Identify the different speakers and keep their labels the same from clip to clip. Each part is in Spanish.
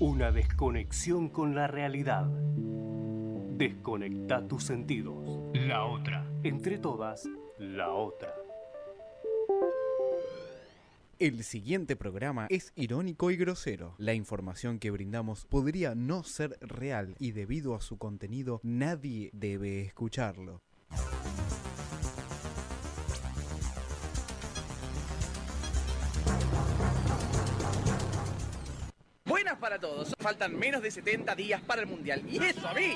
Speaker 1: Una desconexión con la realidad. Desconecta tus sentidos.
Speaker 2: La otra.
Speaker 1: Entre todas, la otra.
Speaker 3: El siguiente programa es irónico y grosero. La información que brindamos podría no ser real y debido a su contenido nadie debe escucharlo.
Speaker 4: Buenas para todos. Faltan menos de 70 días para el mundial. Y eso a mí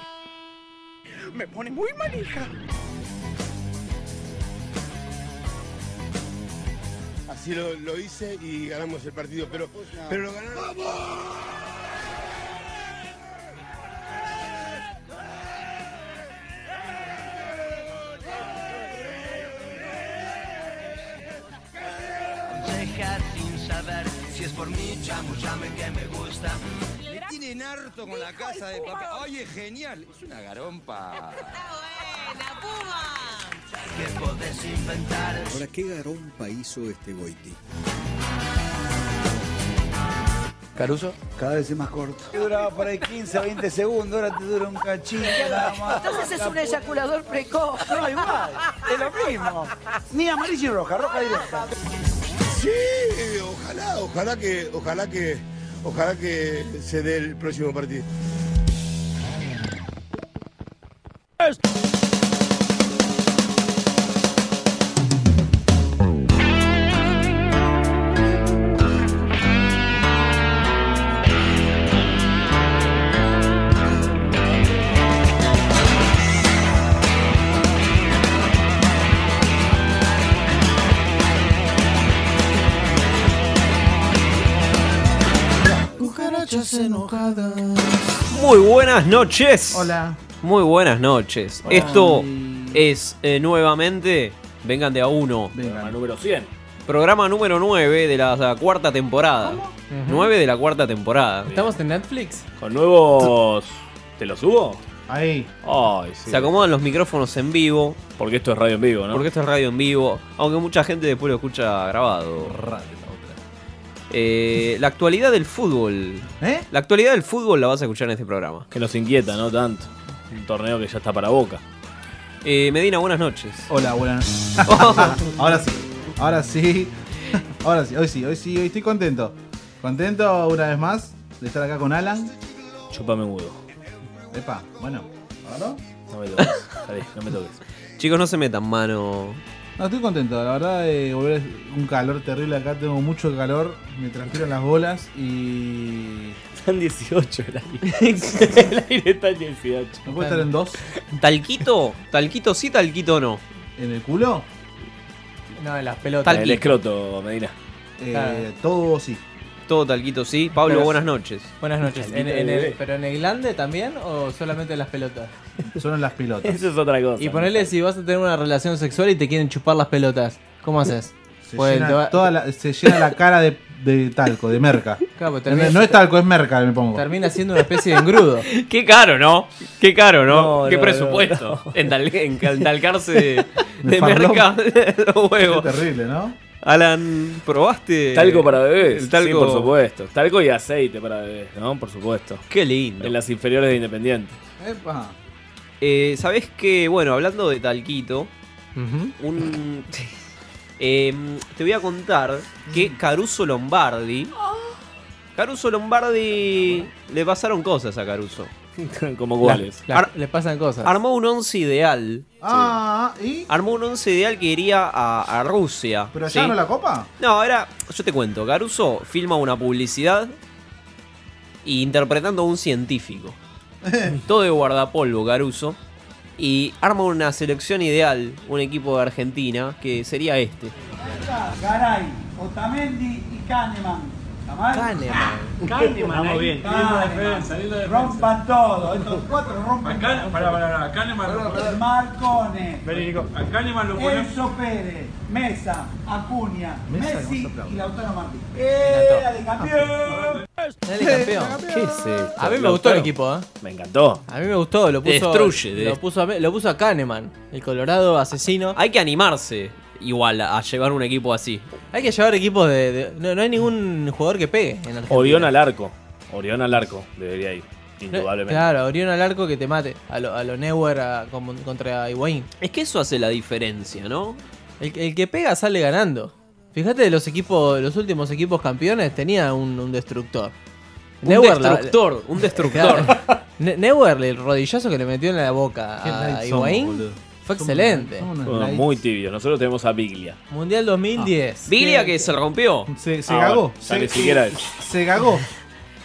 Speaker 4: me pone muy manija.
Speaker 5: Así lo, lo hice y ganamos el partido, pero, pero lo ganaron.
Speaker 6: Dejar sin saber si es por mí, chamuchame que me gusta.
Speaker 7: Le tienen harto con la casa de papá. Oye, genial. Es una garompa.
Speaker 8: buena, Puma!
Speaker 6: Que podés inventar.
Speaker 9: Ahora, ¿qué garompa hizo este Goiti?
Speaker 10: Caruso.
Speaker 11: Cada vez es más corto.
Speaker 12: Te duraba por ahí 15, 20 segundos, ahora te dura un cachín. nada más.
Speaker 13: Entonces es un eyaculador precoz.
Speaker 12: No, igual, es lo mismo. Ni amarillo ni roja, roja directa.
Speaker 5: Sí, eh, ojalá, ojalá que, ojalá que, ojalá que se dé el próximo partido.
Speaker 14: Cucarachas enojadas.
Speaker 10: Muy buenas noches.
Speaker 14: Hola.
Speaker 10: Muy buenas noches.
Speaker 14: Hola.
Speaker 10: Esto es eh, nuevamente Vengan de a uno. Programa número 100. Programa número 9 de la, la cuarta temporada. 9 de la cuarta temporada.
Speaker 15: Estamos en Netflix.
Speaker 10: Con nuevos. ¿Te lo subo?
Speaker 15: Ahí.
Speaker 10: Ay, Se acomodan los micrófonos en vivo. Porque esto es radio en vivo, ¿no? Porque esto es radio en vivo. Aunque mucha gente después lo escucha grabado. Eh, la actualidad del fútbol.
Speaker 15: ¿Eh?
Speaker 10: La actualidad del fútbol la vas a escuchar en este programa.
Speaker 16: Que nos inquieta, ¿no? Tanto. Un torneo que ya está para boca.
Speaker 10: Eh, Medina, buenas noches.
Speaker 11: Hola, buenas. ahora sí, ahora sí. Ahora sí, hoy sí, hoy sí, hoy estoy contento. Contento una vez más de estar acá con Alan.
Speaker 16: Chúpame un huevo.
Speaker 11: Epa, bueno. ¿Ahora?
Speaker 16: No me toques. Salí, no me toques.
Speaker 10: Chicos, no se metan mano.
Speaker 11: No, estoy contento, la verdad, de volver un calor terrible acá, tengo mucho calor, me transpiran las bolas y...
Speaker 16: Están 18 el aire. el aire está en 18.
Speaker 11: ¿No puede estar en dos?
Speaker 10: ¿Talquito? ¿Talquito sí, talquito no?
Speaker 11: ¿En el culo?
Speaker 15: No, en las pelotas.
Speaker 16: El escroto, Medina.
Speaker 11: Eh, Todo sí.
Speaker 10: Todo talquito sí. Pablo,
Speaker 15: Pero-
Speaker 10: buenas noches.
Speaker 15: Buenas noches. En- en el- ¿Pero en el glande también o solamente en las pelotas?
Speaker 11: Solo en las pelotas.
Speaker 16: Eso es otra cosa.
Speaker 15: Y ponele si vas a tener una relación sexual y te quieren chupar las pelotas. ¿Cómo haces?
Speaker 11: Se, llena, toda la, se llena la cara de, de talco, de merca.
Speaker 15: Claro, pues
Speaker 11: no,
Speaker 15: termina-
Speaker 11: no es talco, es merca, me pongo.
Speaker 15: Termina siendo una especie de engrudo.
Speaker 10: Qué caro, ¿no? Qué caro, ¿no?
Speaker 15: No,
Speaker 10: Qué
Speaker 15: no,
Speaker 10: presupuesto. En tal- en cal- talcarse de,
Speaker 11: De
Speaker 10: de
Speaker 11: farlopa.
Speaker 10: merca los huevos.
Speaker 11: Es terrible, ¿no?
Speaker 10: Alan, ¿probaste?
Speaker 16: Talco para bebés.
Speaker 10: El talco.
Speaker 16: Sí, por supuesto. Talco y aceite para bebés, ¿no? Por supuesto.
Speaker 10: Qué lindo.
Speaker 16: En las inferiores de Independiente.
Speaker 11: Epa.
Speaker 10: Eh, Sabés que, bueno, hablando de talquito, un. Eh, te voy a contar que Caruso Lombardi. Caruso Lombardi. Le pasaron cosas a Caruso.
Speaker 16: Como cuáles.
Speaker 15: La- le pasan cosas.
Speaker 10: Armó un once ideal.
Speaker 11: Ah, ¿y?
Speaker 10: Armó un once ideal que iría a, a Rusia.
Speaker 11: ¿Pero allá
Speaker 10: ¿sí?
Speaker 11: no la copa?
Speaker 10: No, ahora yo te cuento. Caruso filma una publicidad y interpretando a un científico. Todo de guardapolvo, Caruso. Y arma una selección ideal, un equipo de Argentina, que sería este.
Speaker 17: Garay, Otamendi y Kahneman. ¿Está mal?
Speaker 15: Kahneman.
Speaker 17: Kahneman.
Speaker 18: Vamos
Speaker 17: ahí.
Speaker 18: bien.
Speaker 17: Kahneman. Rompan todo. Estos cuatro rompan
Speaker 18: Acá,
Speaker 17: todo.
Speaker 18: pará, pará, pará. Kahneman lo-
Speaker 17: Marcone.
Speaker 18: Vení, Nico. A Kahneman lo ponemos.
Speaker 17: Enzo Pérez, Mesa, Acuña,
Speaker 18: Mesa, vamos
Speaker 17: Messi
Speaker 18: a aplaudir.
Speaker 17: y Lautaro Martínez. ¡Eh, dale campeón!
Speaker 15: Dale, campeón.
Speaker 16: ¿Qué es esto?
Speaker 15: A mí me gustó el equipo, ¿eh?
Speaker 16: Me encantó.
Speaker 15: A mí me gustó, lo puso.
Speaker 10: Destruye,
Speaker 15: lo,
Speaker 10: de-
Speaker 15: puso a, lo puso a Kahneman, el Colorado asesino.
Speaker 10: Hay que animarse igual a a llevar un equipo así.
Speaker 15: Hay que llevar equipos de. de- no, no hay ningún jugador que pegue en Argentina.
Speaker 16: Orión al arco. Orión al arco debería ir, indudablemente.
Speaker 15: Claro, Orión al arco que te mate. A lo, a lo Neuer a- como- contra Higuaín.
Speaker 10: Es que eso hace la diferencia, ¿no?
Speaker 15: El, el que pega sale ganando. Fíjate, de los equipos, los últimos equipos campeones tenía un, un destructor.
Speaker 10: Un destructor, un destructor.
Speaker 15: Claro. Ne- Neuer, el rodillazo que le metió en la boca
Speaker 16: Qué
Speaker 15: a
Speaker 16: light somos,
Speaker 15: Ah, Higuaín
Speaker 16: boludo.
Speaker 15: fue
Speaker 16: Somos-
Speaker 15: excelente.
Speaker 16: somos unos Bueno, muy tibio. Nosotros tenemos a Biglia.
Speaker 15: Mundial 2010.
Speaker 10: Vilia que se rompió.
Speaker 11: Se,
Speaker 16: Ah, bueno, ya ni siquiera él.
Speaker 11: Se cagó.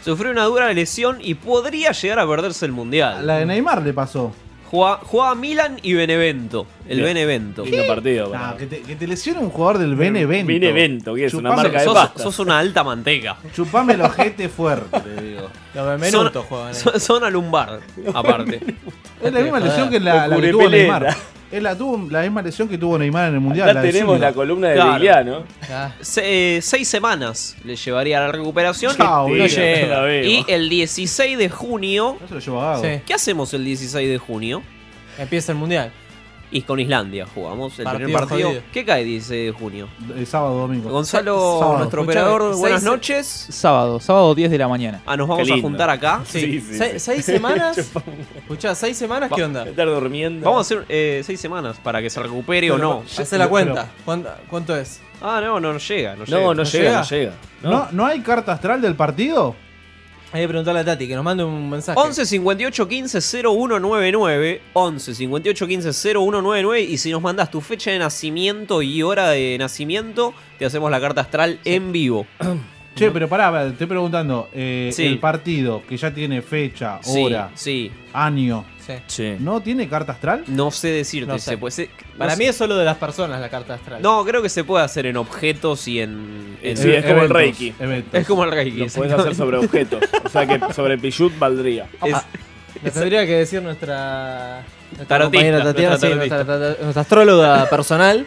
Speaker 10: Sufrió una dura lesión y podría llegar a perderse el mundial.
Speaker 11: La de Neymar le pasó.
Speaker 10: Jugaba, jugaba Milan y Benevento. El
Speaker 16: Bien.
Speaker 10: Benevento.
Speaker 16: Lindo partido. para-
Speaker 11: Ah, que, te, que te lesione un jugador del Benevento.
Speaker 16: Benevento, que es una
Speaker 11: Chupame-
Speaker 16: marca de
Speaker 11: sos-
Speaker 16: pasta.
Speaker 10: Sos una alta manteca.
Speaker 11: Chupame el ojete fuerte, te digo.
Speaker 15: Los
Speaker 10: Son, son, son a lumbar, aparte.
Speaker 11: Es la misma lesión que la, la que tuvo Neymar. Es la, tuvo, la misma lesión que tuvo Neymar en el Mundial.
Speaker 16: Acá
Speaker 11: de
Speaker 16: tenemos
Speaker 11: Silva.
Speaker 16: la columna de Biglia, ¿no?
Speaker 10: Se- eh, seis semanas le llevaría la recuperación.
Speaker 11: Chao,
Speaker 10: Y-
Speaker 11: no llega.
Speaker 10: la veo. Y eh, el 16 de junio.
Speaker 11: Eso lo llevo a Gago.
Speaker 10: ¿Qué hacemos el 16 de junio?
Speaker 15: Empieza el mundial.
Speaker 10: Y con Islandia jugamos el
Speaker 15: Partido
Speaker 10: primer partido.
Speaker 15: jodido.
Speaker 10: ¿Qué cae 16 de junio?
Speaker 11: El sábado, domingo.
Speaker 10: Gonzalo,
Speaker 11: Sábado.
Speaker 10: nuestro
Speaker 11: Escuchame,
Speaker 10: operador, buenas
Speaker 11: seis-
Speaker 10: noches.
Speaker 2: Sábado, sábado 10 de la mañana.
Speaker 10: Ah, nos vamos
Speaker 2: Qué
Speaker 10: a
Speaker 2: lindo.
Speaker 10: juntar acá.
Speaker 2: Sí, Sí, sí,
Speaker 15: Se- ¿Seis semanas? Escuchá, ¿seis semanas qué onda?
Speaker 16: Estar durmiendo.
Speaker 10: Vamos a hacer eh, seis semanas para que se recupere o no.
Speaker 15: Hace la cuenta. ¿Cuánta- ¿Cuánto es?
Speaker 10: Ah, no, no, no llega. No,
Speaker 15: No,
Speaker 10: llega.
Speaker 15: no llega, no
Speaker 16: llega.
Speaker 11: ¿No, ¿No hay carta astral del partido?
Speaker 15: Hay que preguntarle a Tati que nos mande un mensaje.
Speaker 10: 11 58 15 0199 11 58 15 0199 y si nos mandas tu fecha de nacimiento y hora de nacimiento te hacemos la carta astral en vivo.
Speaker 11: Che, pero pará, pará, te estoy preguntando. eh,
Speaker 10: Sí.
Speaker 11: El partido que ya tiene fecha,
Speaker 10: Sí,
Speaker 11: hora,
Speaker 10: sí.
Speaker 11: año.
Speaker 15: Sí.
Speaker 11: ¿No tiene carta astral?
Speaker 10: No sé decirte,
Speaker 11: No sé.
Speaker 10: se puede- se-
Speaker 15: Para
Speaker 10: no
Speaker 15: mí
Speaker 10: sé-
Speaker 15: es solo de las personas la carta astral.
Speaker 10: No, creo que se puede hacer en objetos y en... en-
Speaker 16: Sí, es como el Reiki.
Speaker 10: Es como el Reiki.
Speaker 16: Lo podés hacer sobre objetos. O sea que sobre Pichut valdría.
Speaker 15: Nos tendría que decir nuestra, nuestra
Speaker 16: Tarotista,
Speaker 15: compañera Tatiana,
Speaker 16: nuestra
Speaker 15: sí,
Speaker 16: tarotista.
Speaker 15: nuestra, nuestra- nuestra astróloga personal.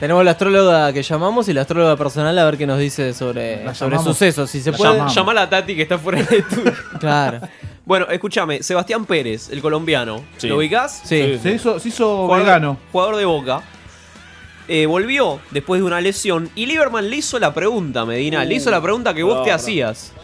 Speaker 15: Tenemos la astróloga que llamamos y la astróloga personal a ver qué nos dice sobre, sobre
Speaker 10: llamamos.
Speaker 15: sucesos. Si se
Speaker 10: La
Speaker 15: puede.
Speaker 10: llamamos. Llama a la Tati que está fuera de tu.
Speaker 15: Claro.
Speaker 10: Bueno, escúchame, Sebastián Pérez, el colombiano. ¿Lo ubicás?
Speaker 11: Se hizo, se hizo
Speaker 10: Jugador-
Speaker 11: vegano.
Speaker 10: Jugador de Boca. Eh, volvió después de una lesión y Lieberman le hizo la pregunta, Medina. le
Speaker 19: Uh,
Speaker 10: hizo la pregunta que vos
Speaker 19: no,
Speaker 10: te
Speaker 19: no.
Speaker 10: hacías.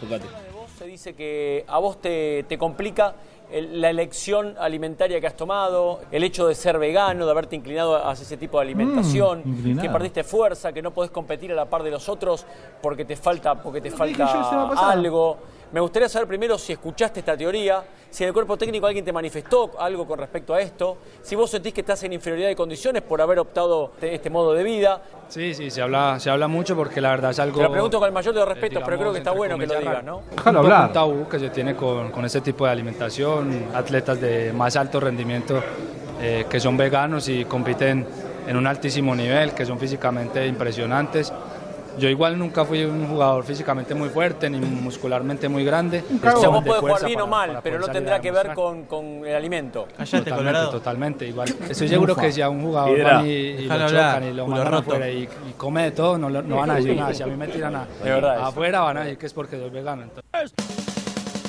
Speaker 19: Se dice que a vos te, te complica el- la elección alimentaria que has tomado, el hecho de ser vegano, de haberte inclinado hacia ese tipo de alimentación,
Speaker 11: Mm, inclinado.
Speaker 19: que perdiste fuerza, que no podés competir a la par de los otros porque te falta, porque te
Speaker 11: dije yo la semana
Speaker 19: falta
Speaker 11: pasada.
Speaker 19: algo. Me gustaría saber primero si escuchaste esta teoría, si en el cuerpo técnico alguien te manifestó algo con respecto a esto, si vos sentís que estás en inferioridad de condiciones por haber optado este- este modo de vida.
Speaker 20: Sí, sí, se habla, se habla mucho porque la verdad es algo.
Speaker 19: Te la pregunto con el mayor de los respetos,
Speaker 20: eh,
Speaker 19: pero creo que está bueno
Speaker 20: digamos,
Speaker 19: que lo
Speaker 20: entre
Speaker 19: digas,
Speaker 20: comillas,
Speaker 19: ¿no?
Speaker 11: Déjalo
Speaker 20: un poco
Speaker 11: hablar.
Speaker 20: Un tabú que se tiene con, con ese tipo de alimentación, atletas de más alto rendimiento eh, que son veganos y compiten en un altísimo nivel, que son físicamente impresionantes. Yo igual nunca fui un jugador físicamente muy fuerte ni muscularmente muy grande.
Speaker 19: O sea, vos podés jugar
Speaker 20: fuerza
Speaker 19: bien o
Speaker 20: para-
Speaker 19: mal,
Speaker 20: para
Speaker 19: pero no
Speaker 20: poder salir a
Speaker 19: tendrá que ver con,
Speaker 20: demostrar.
Speaker 19: con el alimento.
Speaker 20: Totalmente, totalmente, igual. Estoy seguro
Speaker 19: Ufa.
Speaker 20: que si a un jugador
Speaker 19: Piedra.
Speaker 20: van y, y
Speaker 19: Déjalo
Speaker 20: lo
Speaker 19: hablar,
Speaker 20: chocan y lo
Speaker 19: culo
Speaker 20: mandan
Speaker 19: roto.
Speaker 20: afuera y, y come de todo, no, lo- no van a decir nada. Si a mí me tiran a-
Speaker 19: De verdad, eso.
Speaker 20: afuera, van a decir que es porque soy vegano. entonces-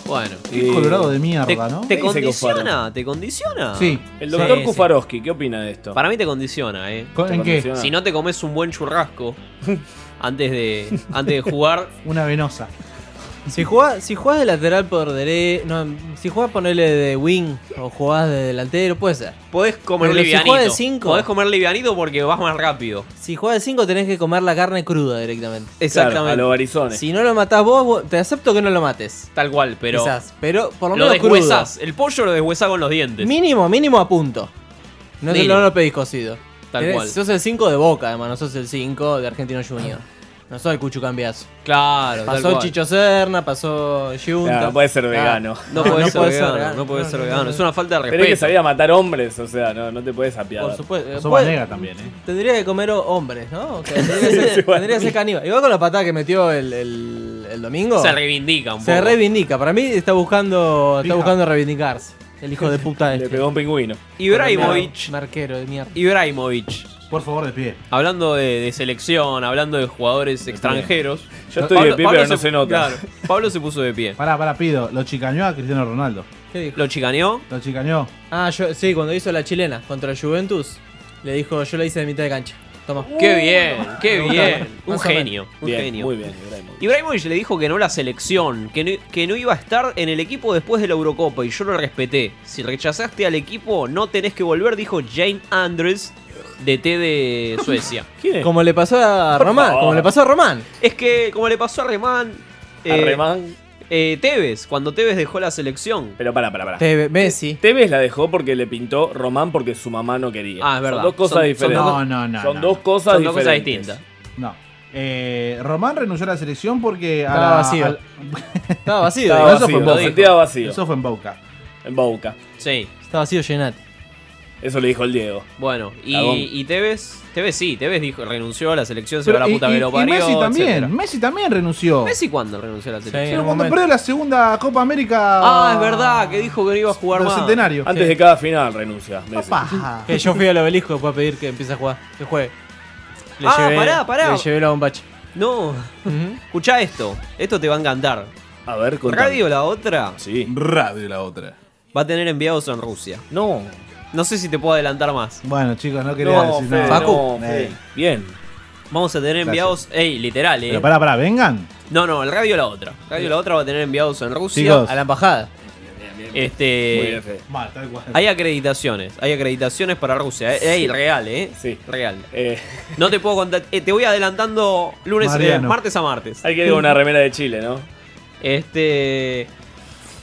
Speaker 10: Bueno.
Speaker 11: Qué
Speaker 16: Eh,
Speaker 11: colorado de mierda,
Speaker 10: te,
Speaker 11: ¿no?
Speaker 10: ¿Te
Speaker 16: Dice que
Speaker 10: condiciona?
Speaker 16: fueron.
Speaker 10: ¿Te condiciona?
Speaker 11: Sí.
Speaker 16: El doctor
Speaker 10: Sí, sí.
Speaker 16: Kufarowski, ¿qué opina de esto?
Speaker 10: Para mí te condiciona, ¿eh?
Speaker 11: ¿Con-
Speaker 10: Te
Speaker 11: en qué?
Speaker 15: Ah.
Speaker 10: condiciona. Si no te comes un buen churrasco antes de, antes de jugar,
Speaker 11: Una venosa.
Speaker 15: Si jugás, si jugás de lateral por derecho. No, si jugás ponele de wing o jugás de delantero, puede ser.
Speaker 10: podés comer
Speaker 15: Pero si
Speaker 10: livianito.
Speaker 15: juega de cinco.
Speaker 10: Podés comer livianito porque vas más rápido.
Speaker 15: Si jugás de 5 tenés que comer la carne cruda directamente.
Speaker 10: Exactamente. Claro, a los
Speaker 16: barizones.
Speaker 15: Si no lo matás vos, vos- te acepto que no lo mates.
Speaker 10: Tal cual, pero.
Speaker 15: Quizás, pero por lo,
Speaker 10: Lo
Speaker 15: menos crudo.
Speaker 10: deshuesás. El pollo lo deshuesás con los dientes.
Speaker 15: Mínimo, mínimo a punto. No, te-
Speaker 10: Mínimo.
Speaker 15: no lo pedís cocido.
Speaker 10: Tal
Speaker 15: Tenés-
Speaker 10: cual.
Speaker 15: Sos el 5 de Boca, además, no sos el 5 de Argentino Junior. No sos el Cuchu Cambiazo.
Speaker 10: Claro, tal
Speaker 15: Pasó
Speaker 10: cual.
Speaker 15: Chicho Serna, pasó Giunta.
Speaker 16: Claro, no puede ser
Speaker 15: Ah,
Speaker 16: vegano.
Speaker 10: No puede ser vegano, no puede ser vegano. Es una falta de
Speaker 16: Pero hay que
Speaker 10: respeto.
Speaker 16: salir a matar hombres, o sea, no, no te puedes apiar.
Speaker 15: Por supuesto. eh,
Speaker 11: Pasó
Speaker 15: puede-
Speaker 11: Vanega también, ¿eh?
Speaker 15: Tendría que comer o- hombres, ¿no? O sea, tendría, que ser, tendría que ser caníbal. Igual con la patada que metió el, el- el domingo.
Speaker 10: Se reivindica un
Speaker 15: Se
Speaker 10: poco.
Speaker 15: reivindica. Para mí está buscando, está buscando reivindicarse. El hijo de puta este.
Speaker 16: Le pegó un pingüino.
Speaker 10: Ibrahimovic.
Speaker 15: Marquero de mierda.
Speaker 10: Ibrahimovic.
Speaker 11: Por favor, de pie.
Speaker 10: Hablando de, de selección, hablando de jugadores extranjeros.
Speaker 16: Yo estoy de pie, pero no se nota.
Speaker 10: Claro, Pablo se puso de pie.
Speaker 11: Pará, pará, pido. Lo chicañó a Cristiano Ronaldo.
Speaker 15: ¿Qué dijo?
Speaker 10: ¿Lo chicaneó?
Speaker 11: Lo chicañó.
Speaker 15: Ah, yo, sí, cuando hizo la chilena contra el Juventus, le dijo, yo la hice de mitad de cancha. Toma.
Speaker 10: Qué bien, qué
Speaker 15: Me gusta, más
Speaker 10: bien. Un
Speaker 15: o menos.
Speaker 10: genio, un
Speaker 16: Bien,
Speaker 10: genio.
Speaker 16: muy bien, Ibrahimovic.
Speaker 10: Ibrahimovic le dijo que no a la selección, que no, que no iba a estar en el equipo después de la Eurocopa y yo lo respeté. Si rechazaste al equipo, no tenés que volver, dijo Jane Andrews, DT de Suecia.
Speaker 15: Como le pasó a Román.
Speaker 10: favor.
Speaker 15: Como le pasó a Román.
Speaker 10: Es que, como le pasó a Remán.
Speaker 15: ¿A Remán?
Speaker 10: eh, Tevez, cuando Tevez dejó la selección.
Speaker 16: Pero para, para, para.
Speaker 15: Teve- Messi.
Speaker 16: Tevez la dejó porque le pintó Román porque su mamá no quería.
Speaker 10: Ah, es verdad.
Speaker 16: Son dos cosas
Speaker 10: Son- son
Speaker 16: diferentes.
Speaker 10: dos- No,
Speaker 11: no, no,
Speaker 16: Son
Speaker 11: no.
Speaker 16: dos cosas
Speaker 10: Son dos
Speaker 16: diferentes.
Speaker 10: cosas
Speaker 11: No. Eh, Román renunció a la selección porque. a
Speaker 15: Estaba
Speaker 11: la-
Speaker 15: vacío.
Speaker 11: al-
Speaker 15: Estaba vacío.
Speaker 16: Estaba
Speaker 15: dijo.
Speaker 16: vacío,
Speaker 15: Lo
Speaker 16: se
Speaker 15: dijo.
Speaker 16: sentía vacío.
Speaker 11: Eso fue en Boca.
Speaker 16: En Boca.
Speaker 10: Sí.
Speaker 15: Estaba vacío, llenate.
Speaker 16: Eso le dijo el Diego.
Speaker 10: Bueno, y,
Speaker 16: Cagón.
Speaker 10: y Tevez, Tevez sí, Tevez dijo, renunció a la selección, se
Speaker 11: Pero
Speaker 10: va a la
Speaker 11: y-
Speaker 10: puta
Speaker 11: y-
Speaker 10: que lo
Speaker 11: y
Speaker 10: parió,
Speaker 11: Messi también.
Speaker 10: etcétera.
Speaker 11: Messi también renunció.
Speaker 10: ¿Messi cuándo renunció a la selección?
Speaker 11: Pero cuando perdió la segunda Copa América.
Speaker 10: Ah, es verdad, que dijo que no iba a jugar
Speaker 11: Del
Speaker 10: más.
Speaker 11: centenario.
Speaker 16: Antes de cada final renuncia. Messi.
Speaker 11: Papá.
Speaker 15: Que yo fui al obelisco después a pedir que empiece a jugar. Que juegue.
Speaker 10: Ah, pará, pará.
Speaker 15: Le llevé la bombacha.
Speaker 10: No. Escucha esto. Esto te va a encantar.
Speaker 16: A ver, contame.
Speaker 10: Radio La Otra
Speaker 16: Sí.
Speaker 11: Radio la otra.
Speaker 10: va a tener enviados en Rusia.
Speaker 16: No.
Speaker 10: No sé si te puedo adelantar más.
Speaker 11: Bueno, chicos, no quería
Speaker 16: No,
Speaker 11: decir
Speaker 16: Fede,
Speaker 11: nada.
Speaker 16: no,
Speaker 11: Eh.
Speaker 16: Fede. Bien.
Speaker 10: Vamos a tener enviados. Ey, literal, eh.
Speaker 11: Pero pará, pará, vengan.
Speaker 10: No, no, el Radio La Otra. Radio La Otra va a tener enviados en Rusia.
Speaker 11: Chicos.
Speaker 15: A la embajada.
Speaker 10: Este.
Speaker 16: Muy bien, Fede.
Speaker 11: Mal, tal cual.
Speaker 10: Hay acreditaciones, hay acreditaciones para Rusia. eh. Ey, real, ¿eh?
Speaker 16: Sí.
Speaker 10: Real.
Speaker 16: Eh,
Speaker 10: No te puedo contar. eh, te voy adelantando lunes, eh,
Speaker 11: Mariano.
Speaker 10: martes a martes.
Speaker 16: hay que ir con una remera de Chile, ¿no?
Speaker 10: Este.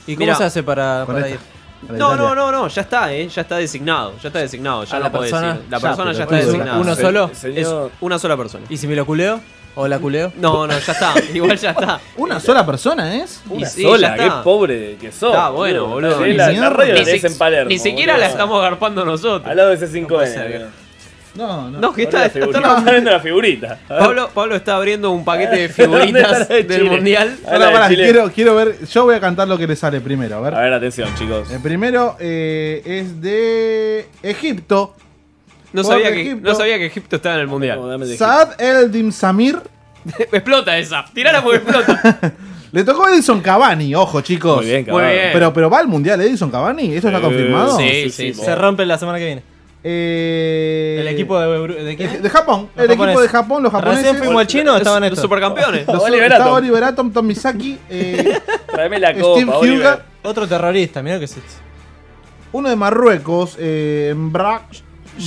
Speaker 15: ¿Y cómo
Speaker 10: Mirá.
Speaker 15: se hace para,
Speaker 11: Con
Speaker 15: para ir?
Speaker 11: esta. Para
Speaker 10: No,
Speaker 11: Italia.
Speaker 10: no, no, no, ya está, ¿eh? Ya está designado, ya está designado, ya
Speaker 15: Ah,
Speaker 10: no
Speaker 15: la
Speaker 10: podés
Speaker 15: persona-
Speaker 10: ir. La
Speaker 11: ya,
Speaker 10: persona
Speaker 11: pero
Speaker 10: ya está
Speaker 11: uno-
Speaker 10: designada.
Speaker 15: uno
Speaker 10: Sí.
Speaker 15: solo.
Speaker 10: Es
Speaker 16: Señor-
Speaker 10: una sola persona.
Speaker 15: ¿Y si me lo culeo? ¿O la culeo?
Speaker 10: No, no, ya está, igual ya está.
Speaker 11: Una sola persona es.
Speaker 10: Y
Speaker 16: Una
Speaker 10: sí,
Speaker 16: sola,
Speaker 10: ya
Speaker 16: qué
Speaker 10: está.
Speaker 16: pobre que sos.
Speaker 10: Está bueno, boludo.
Speaker 16: Sí, La, la radio la
Speaker 10: Ni
Speaker 16: tenés
Speaker 10: si-
Speaker 16: en Palermo.
Speaker 10: Ni siquiera
Speaker 16: boludo.
Speaker 10: la estamos garpando nosotros.
Speaker 16: Al lado de ese 5
Speaker 10: puede
Speaker 16: n
Speaker 10: ser,
Speaker 16: boludo.
Speaker 11: No, no.
Speaker 10: No, que
Speaker 16: Está,
Speaker 10: está,
Speaker 16: está,
Speaker 10: está- está-
Speaker 16: viendo la figurita. A ver,
Speaker 10: Pablo, Pablo está abriendo un paquete de
Speaker 16: ¿Dónde está la
Speaker 10: figuritas
Speaker 16: de
Speaker 10: del
Speaker 16: Chile?
Speaker 10: mundial.
Speaker 16: A la
Speaker 11: Pará,
Speaker 16: de
Speaker 11: pará,
Speaker 16: Chile.
Speaker 11: quiero, quiero ver. Yo voy a cantar lo que le sale primero, a ver.
Speaker 16: A ver, atención, chicos.
Speaker 11: El primero eh, es de Egipto.
Speaker 10: No
Speaker 11: Porque
Speaker 10: sabía, que,
Speaker 11: Egipto-
Speaker 10: no sabía que Egipto estaba en el mundial.
Speaker 11: Saad El Dimsamir.
Speaker 10: explota esa, tirala porque explota.
Speaker 11: Le tocó Edison Cavani, ojo, chicos.
Speaker 16: Muy bien,
Speaker 10: Muy
Speaker 16: cabrón.
Speaker 10: bien.
Speaker 11: Pero, pero va al mundial Edison Cavani, ¿eso está
Speaker 16: Eh,
Speaker 11: confirmado?
Speaker 10: sí.
Speaker 15: Se rompe la semana que viene.
Speaker 11: Eh,
Speaker 15: El equipo de. Bru- ¿De quién?
Speaker 11: de, de Japón,
Speaker 15: Los
Speaker 11: el equipo de
Speaker 15: japoneses.
Speaker 11: Japón, los japoneses.
Speaker 15: Recién fuimos al chino, estaban
Speaker 10: Los
Speaker 15: estos.
Speaker 10: supercampeones.
Speaker 11: Los-
Speaker 16: Oliver
Speaker 11: está
Speaker 16: Atom.
Speaker 11: Oliver Atom, Tom Misaki, eh,
Speaker 16: Traeme la copa,
Speaker 11: Steve
Speaker 16: Oliver.
Speaker 11: Huga,
Speaker 15: Otro terrorista, mirá que es esto.
Speaker 11: uno de Marruecos, eh, Mbra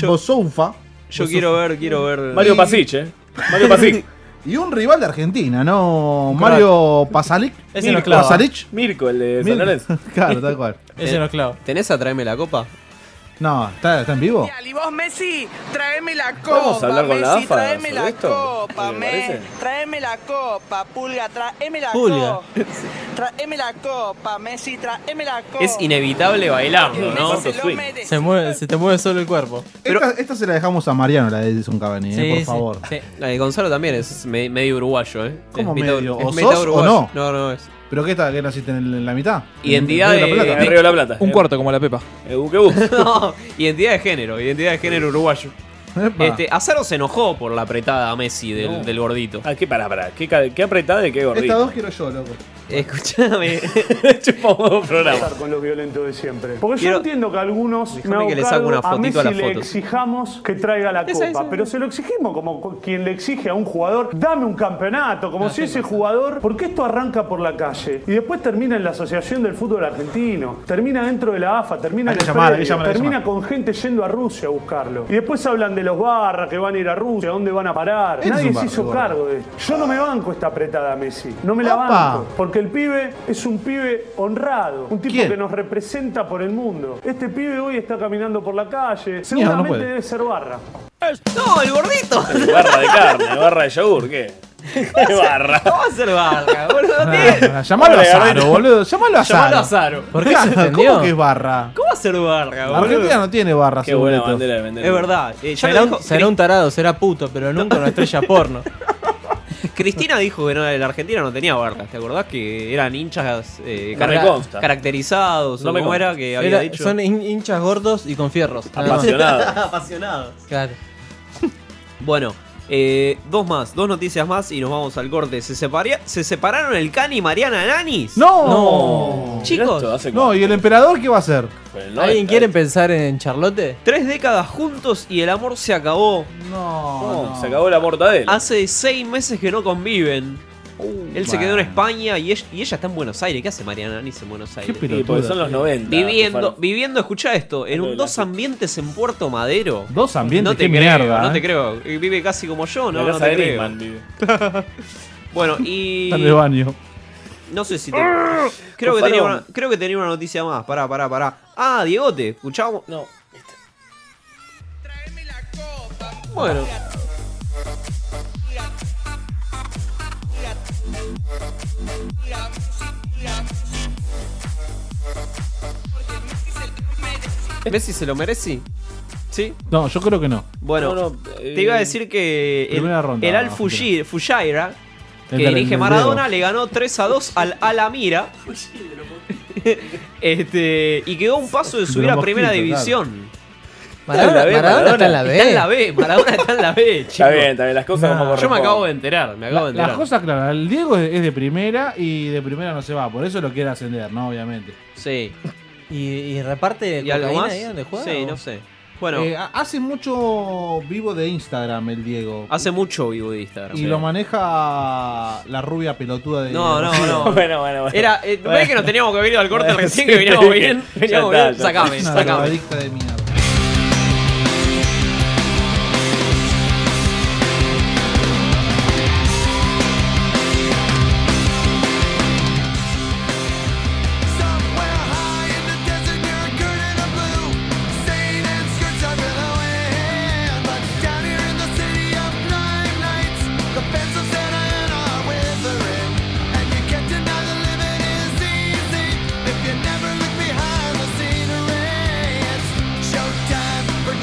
Speaker 11: Bosoufa,
Speaker 10: Yo quiero ver, quiero ver.
Speaker 16: Mario Pasic, eh. Mario Pasic.
Speaker 11: y un rival de Argentina, ¿no? Mario Pasalic.
Speaker 15: Ese no
Speaker 11: Mirko
Speaker 15: clava.
Speaker 11: Pasalic.
Speaker 16: Mirko, el de San
Speaker 11: Mirko.
Speaker 16: Lorenzo.
Speaker 11: claro, tal cual.
Speaker 15: Ese
Speaker 10: eh,
Speaker 15: no es clavo.
Speaker 10: ¿Tenés a traerme la copa?
Speaker 11: No, ¿está, está en vivo?
Speaker 12: Y vos, Messi, tráeme la copa.
Speaker 16: ¿Podemos hablar con la
Speaker 12: Messi,
Speaker 16: AFA
Speaker 12: Tráeme
Speaker 16: sobre
Speaker 12: la
Speaker 16: esto?
Speaker 12: copa,
Speaker 16: ¿Le
Speaker 12: me.
Speaker 16: parece?
Speaker 12: Tráeme la copa, Pulga, tráeme la
Speaker 15: Pulga.
Speaker 12: copa. Tráeme la copa, Messi, tráeme la copa.
Speaker 10: Es inevitable bailarlo, ¿no?
Speaker 12: Messi
Speaker 16: Corto
Speaker 12: lo
Speaker 16: swing.
Speaker 12: merece.
Speaker 15: Se, mueve, se te mueve solo el cuerpo.
Speaker 10: Pero-
Speaker 11: esta, esta se la dejamos a Mariano, la de Edison Cavani, eh,
Speaker 15: Sí,
Speaker 11: por
Speaker 15: sí,
Speaker 11: favor.
Speaker 15: sí.
Speaker 10: La de Gonzalo también es me- medio uruguayo, ¿eh?
Speaker 11: ¿Cómo
Speaker 10: Es mitad-
Speaker 11: medio?
Speaker 10: es
Speaker 11: ¿O
Speaker 10: mitad
Speaker 11: sos o
Speaker 10: uruguayo.
Speaker 11: no?
Speaker 10: No, no es.
Speaker 11: ¿Pero qué está? ¿Qué naciste en, el- en la mitad?
Speaker 10: Identidad
Speaker 11: ¿En el Río la
Speaker 10: de-
Speaker 16: En
Speaker 11: Plata?
Speaker 16: Río de la Plata.
Speaker 2: Un
Speaker 16: eh.
Speaker 2: cuarto como la Pepa.
Speaker 16: Eh, Buquebú.
Speaker 10: No, identidad de género, identidad de género uruguayo.
Speaker 11: Epa.
Speaker 10: Este, Azaro se enojó por la apretada a Messi del,
Speaker 16: No.
Speaker 10: del gordito.
Speaker 16: Ah, qué pará, pará. Qué, ca- qué apretada y qué
Speaker 11: Estas
Speaker 16: gordita.
Speaker 11: dos quiero yo, loco.
Speaker 10: Escúchame.
Speaker 16: Chupamos un programa.
Speaker 17: con los violentos de siempre. Porque
Speaker 10: Quiero-
Speaker 17: yo entiendo que algunos
Speaker 10: Déjame
Speaker 17: me hago
Speaker 10: que le saco
Speaker 17: cargo,
Speaker 10: una fotito
Speaker 17: Messi
Speaker 10: a la
Speaker 17: le
Speaker 10: foto.
Speaker 17: exijamos que traiga la
Speaker 10: Esa,
Speaker 17: copa,
Speaker 10: esa.
Speaker 17: pero se lo exigimos como co- quien le exige a un jugador, dame un campeonato,
Speaker 11: Ah,
Speaker 17: como si ese jugador, porque esto arranca por la calle y después termina en la Asociación del Fútbol Argentino, termina dentro de la AFA, termina
Speaker 11: Hay
Speaker 17: en
Speaker 11: que
Speaker 17: el
Speaker 11: llamar, hay que
Speaker 17: predio,
Speaker 11: llamar, hay que
Speaker 17: termina
Speaker 11: llamar.
Speaker 17: con gente yendo a Rusia a buscarlo. Y después hablan de los barras que van a ir a Rusia, dónde van a parar.
Speaker 11: Él es
Speaker 17: Nadie
Speaker 11: un
Speaker 17: se
Speaker 11: barra,
Speaker 17: hizo
Speaker 11: gordo.
Speaker 17: cargo de esto. Yo no me banco esta apretada Messi, no me la
Speaker 11: ¡Apa!
Speaker 17: banco. Porque el pibe es un pibe honrado, un tipo
Speaker 11: ¿Quién?
Speaker 17: que nos representa por el mundo. Este pibe hoy está caminando por la calle,
Speaker 11: no
Speaker 17: seguramente
Speaker 11: puede.
Speaker 17: debe ser barra.
Speaker 10: No, el gordito.
Speaker 16: Barra de carne, barra de yogur, ¿qué? ¿Qué barra?
Speaker 10: No va a ser barra, boludo.
Speaker 11: Ah,
Speaker 10: ¿Qué?
Speaker 11: pará, llamalo a
Speaker 16: Pobre
Speaker 11: Azaro,
Speaker 16: gordito.
Speaker 11: boludo. Llamalo a
Speaker 10: Llamalo a
Speaker 11: Azaro.
Speaker 10: Azaro.
Speaker 15: ¿Por qué se
Speaker 11: Claro,
Speaker 15: entendió?
Speaker 11: ¿Cómo que es barra?
Speaker 10: ¿Cómo va a ser barra, boludo?
Speaker 11: Argentina no tiene barra,
Speaker 16: Qué
Speaker 11: según
Speaker 16: buena
Speaker 11: esto.
Speaker 16: bandera de vender.
Speaker 10: Es verdad. eh, ya
Speaker 15: Será
Speaker 10: lo
Speaker 15: un,
Speaker 10: dijo-
Speaker 15: será un tarado, será puto, pero nunca una estrella porno.
Speaker 10: Cristina dijo que no, la Argentina no tenía barras. ¿Te acordás que eran hinchas eh,
Speaker 16: No me
Speaker 10: carga-
Speaker 16: consta.
Speaker 10: caracterizados?
Speaker 16: No
Speaker 10: o
Speaker 16: me
Speaker 10: cómo
Speaker 16: consta.
Speaker 10: era que había
Speaker 15: Era-
Speaker 10: dicho? Ah,
Speaker 15: Son hin- hinchas gordos y con fierros. nada más.
Speaker 16: Apasionado.
Speaker 10: apasionados.
Speaker 15: Claro.
Speaker 10: Bueno, Eh, dos más, dos noticias más y nos vamos al corte. Se, separía- se separaron el Cani y Mariana Nanis.
Speaker 11: ¡No!
Speaker 10: Chicos,
Speaker 11: No, ¿y el emperador qué va a hacer?
Speaker 10: eh,
Speaker 15: ¿Alguien quiere pensar en Charlotte?
Speaker 10: Tres décadas juntos y el amor se acabó.
Speaker 11: No.
Speaker 16: Se acabó la mortadela.
Speaker 10: Hace seis meses que no conviven.
Speaker 16: Uh,
Speaker 10: Él se quedó en España y ella, y ella está en Buenos Aires. ¿Qué hace Mariana Nanis en Buenos Aires?
Speaker 16: pelotuda. porque son los 90,
Speaker 10: Viviendo,
Speaker 16: Faro.
Speaker 10: viviendo escucha esto, en un dos ambientes en Puerto Madero.
Speaker 11: Dos ambientes,
Speaker 10: no te
Speaker 11: qué
Speaker 10: creo,
Speaker 11: mierda,
Speaker 10: No
Speaker 11: eh.
Speaker 10: te creo. Eh, Vive casi como yo,
Speaker 16: La
Speaker 10: ¿no? No
Speaker 16: casa
Speaker 10: te
Speaker 16: de
Speaker 10: creo.
Speaker 16: Nisman vive.
Speaker 10: Bueno, y.
Speaker 11: Está en el baño.
Speaker 10: No sé si te. Creo que,
Speaker 16: Ufarón.
Speaker 10: tenía una, creo que tenía una noticia más. Pará, pará, pará. Ah, Diegote, escuchamos.
Speaker 16: No.
Speaker 10: Bueno. ¿Messi se lo merece? ¿Sí?
Speaker 11: No, yo creo que no.
Speaker 10: Bueno,
Speaker 16: No, no, eh,
Speaker 10: te iba a decir que el,
Speaker 11: primera ronda,
Speaker 10: el Al
Speaker 11: no,
Speaker 10: Fuji- Fujaira, que
Speaker 11: El del-
Speaker 10: dirige
Speaker 11: del
Speaker 10: Maradona,
Speaker 11: dedo.
Speaker 10: le ganó 3 a 2 al Alamira. este, y quedó un paso de
Speaker 15: De
Speaker 10: subir
Speaker 15: los
Speaker 10: a primera
Speaker 15: mosquitos,
Speaker 10: división.
Speaker 15: Maradona, Maradona está en la B.
Speaker 10: Está en la B, Maradona está en la B, chico.
Speaker 16: Está bien, está bien, las cosas
Speaker 10: Yo
Speaker 16: como
Speaker 10: me
Speaker 16: corresponden.
Speaker 10: acabo de enterar, me acabo de enterar.
Speaker 11: Las cosas claras, el Diego es es de primera y de primera no se va, por eso lo quiere ascender, ¿no? Obviamente.
Speaker 10: Sí.
Speaker 15: ¿Y, y reparte
Speaker 10: ¿Y algo
Speaker 15: cocaína
Speaker 10: más?
Speaker 15: ahí donde juega?
Speaker 10: Sí,
Speaker 15: o?
Speaker 10: no sé. Bueno,
Speaker 11: Eh, ha- hace mucho vivo de Instagram el Diego.
Speaker 10: hace mucho vivo de Instagram.
Speaker 11: Y
Speaker 10: Sí.
Speaker 11: lo maneja la rubia pelotuda de.
Speaker 10: No, no, no.
Speaker 16: Bueno, bueno, bueno.
Speaker 10: Era, eh,
Speaker 16: Bueno.
Speaker 10: ¿Ves que nos teníamos que haber ido al corte
Speaker 16: Bueno,
Speaker 10: recién
Speaker 16: sí,
Speaker 10: que veníamos
Speaker 16: sí.
Speaker 10: bien?
Speaker 16: Ya
Speaker 10: Veníamos
Speaker 16: está,
Speaker 10: bien.
Speaker 16: ya está.
Speaker 10: Sacame,
Speaker 11: Es una
Speaker 10: sacame.
Speaker 11: drogadicta de mierda.
Speaker 6: If you never look behind the scenery, it's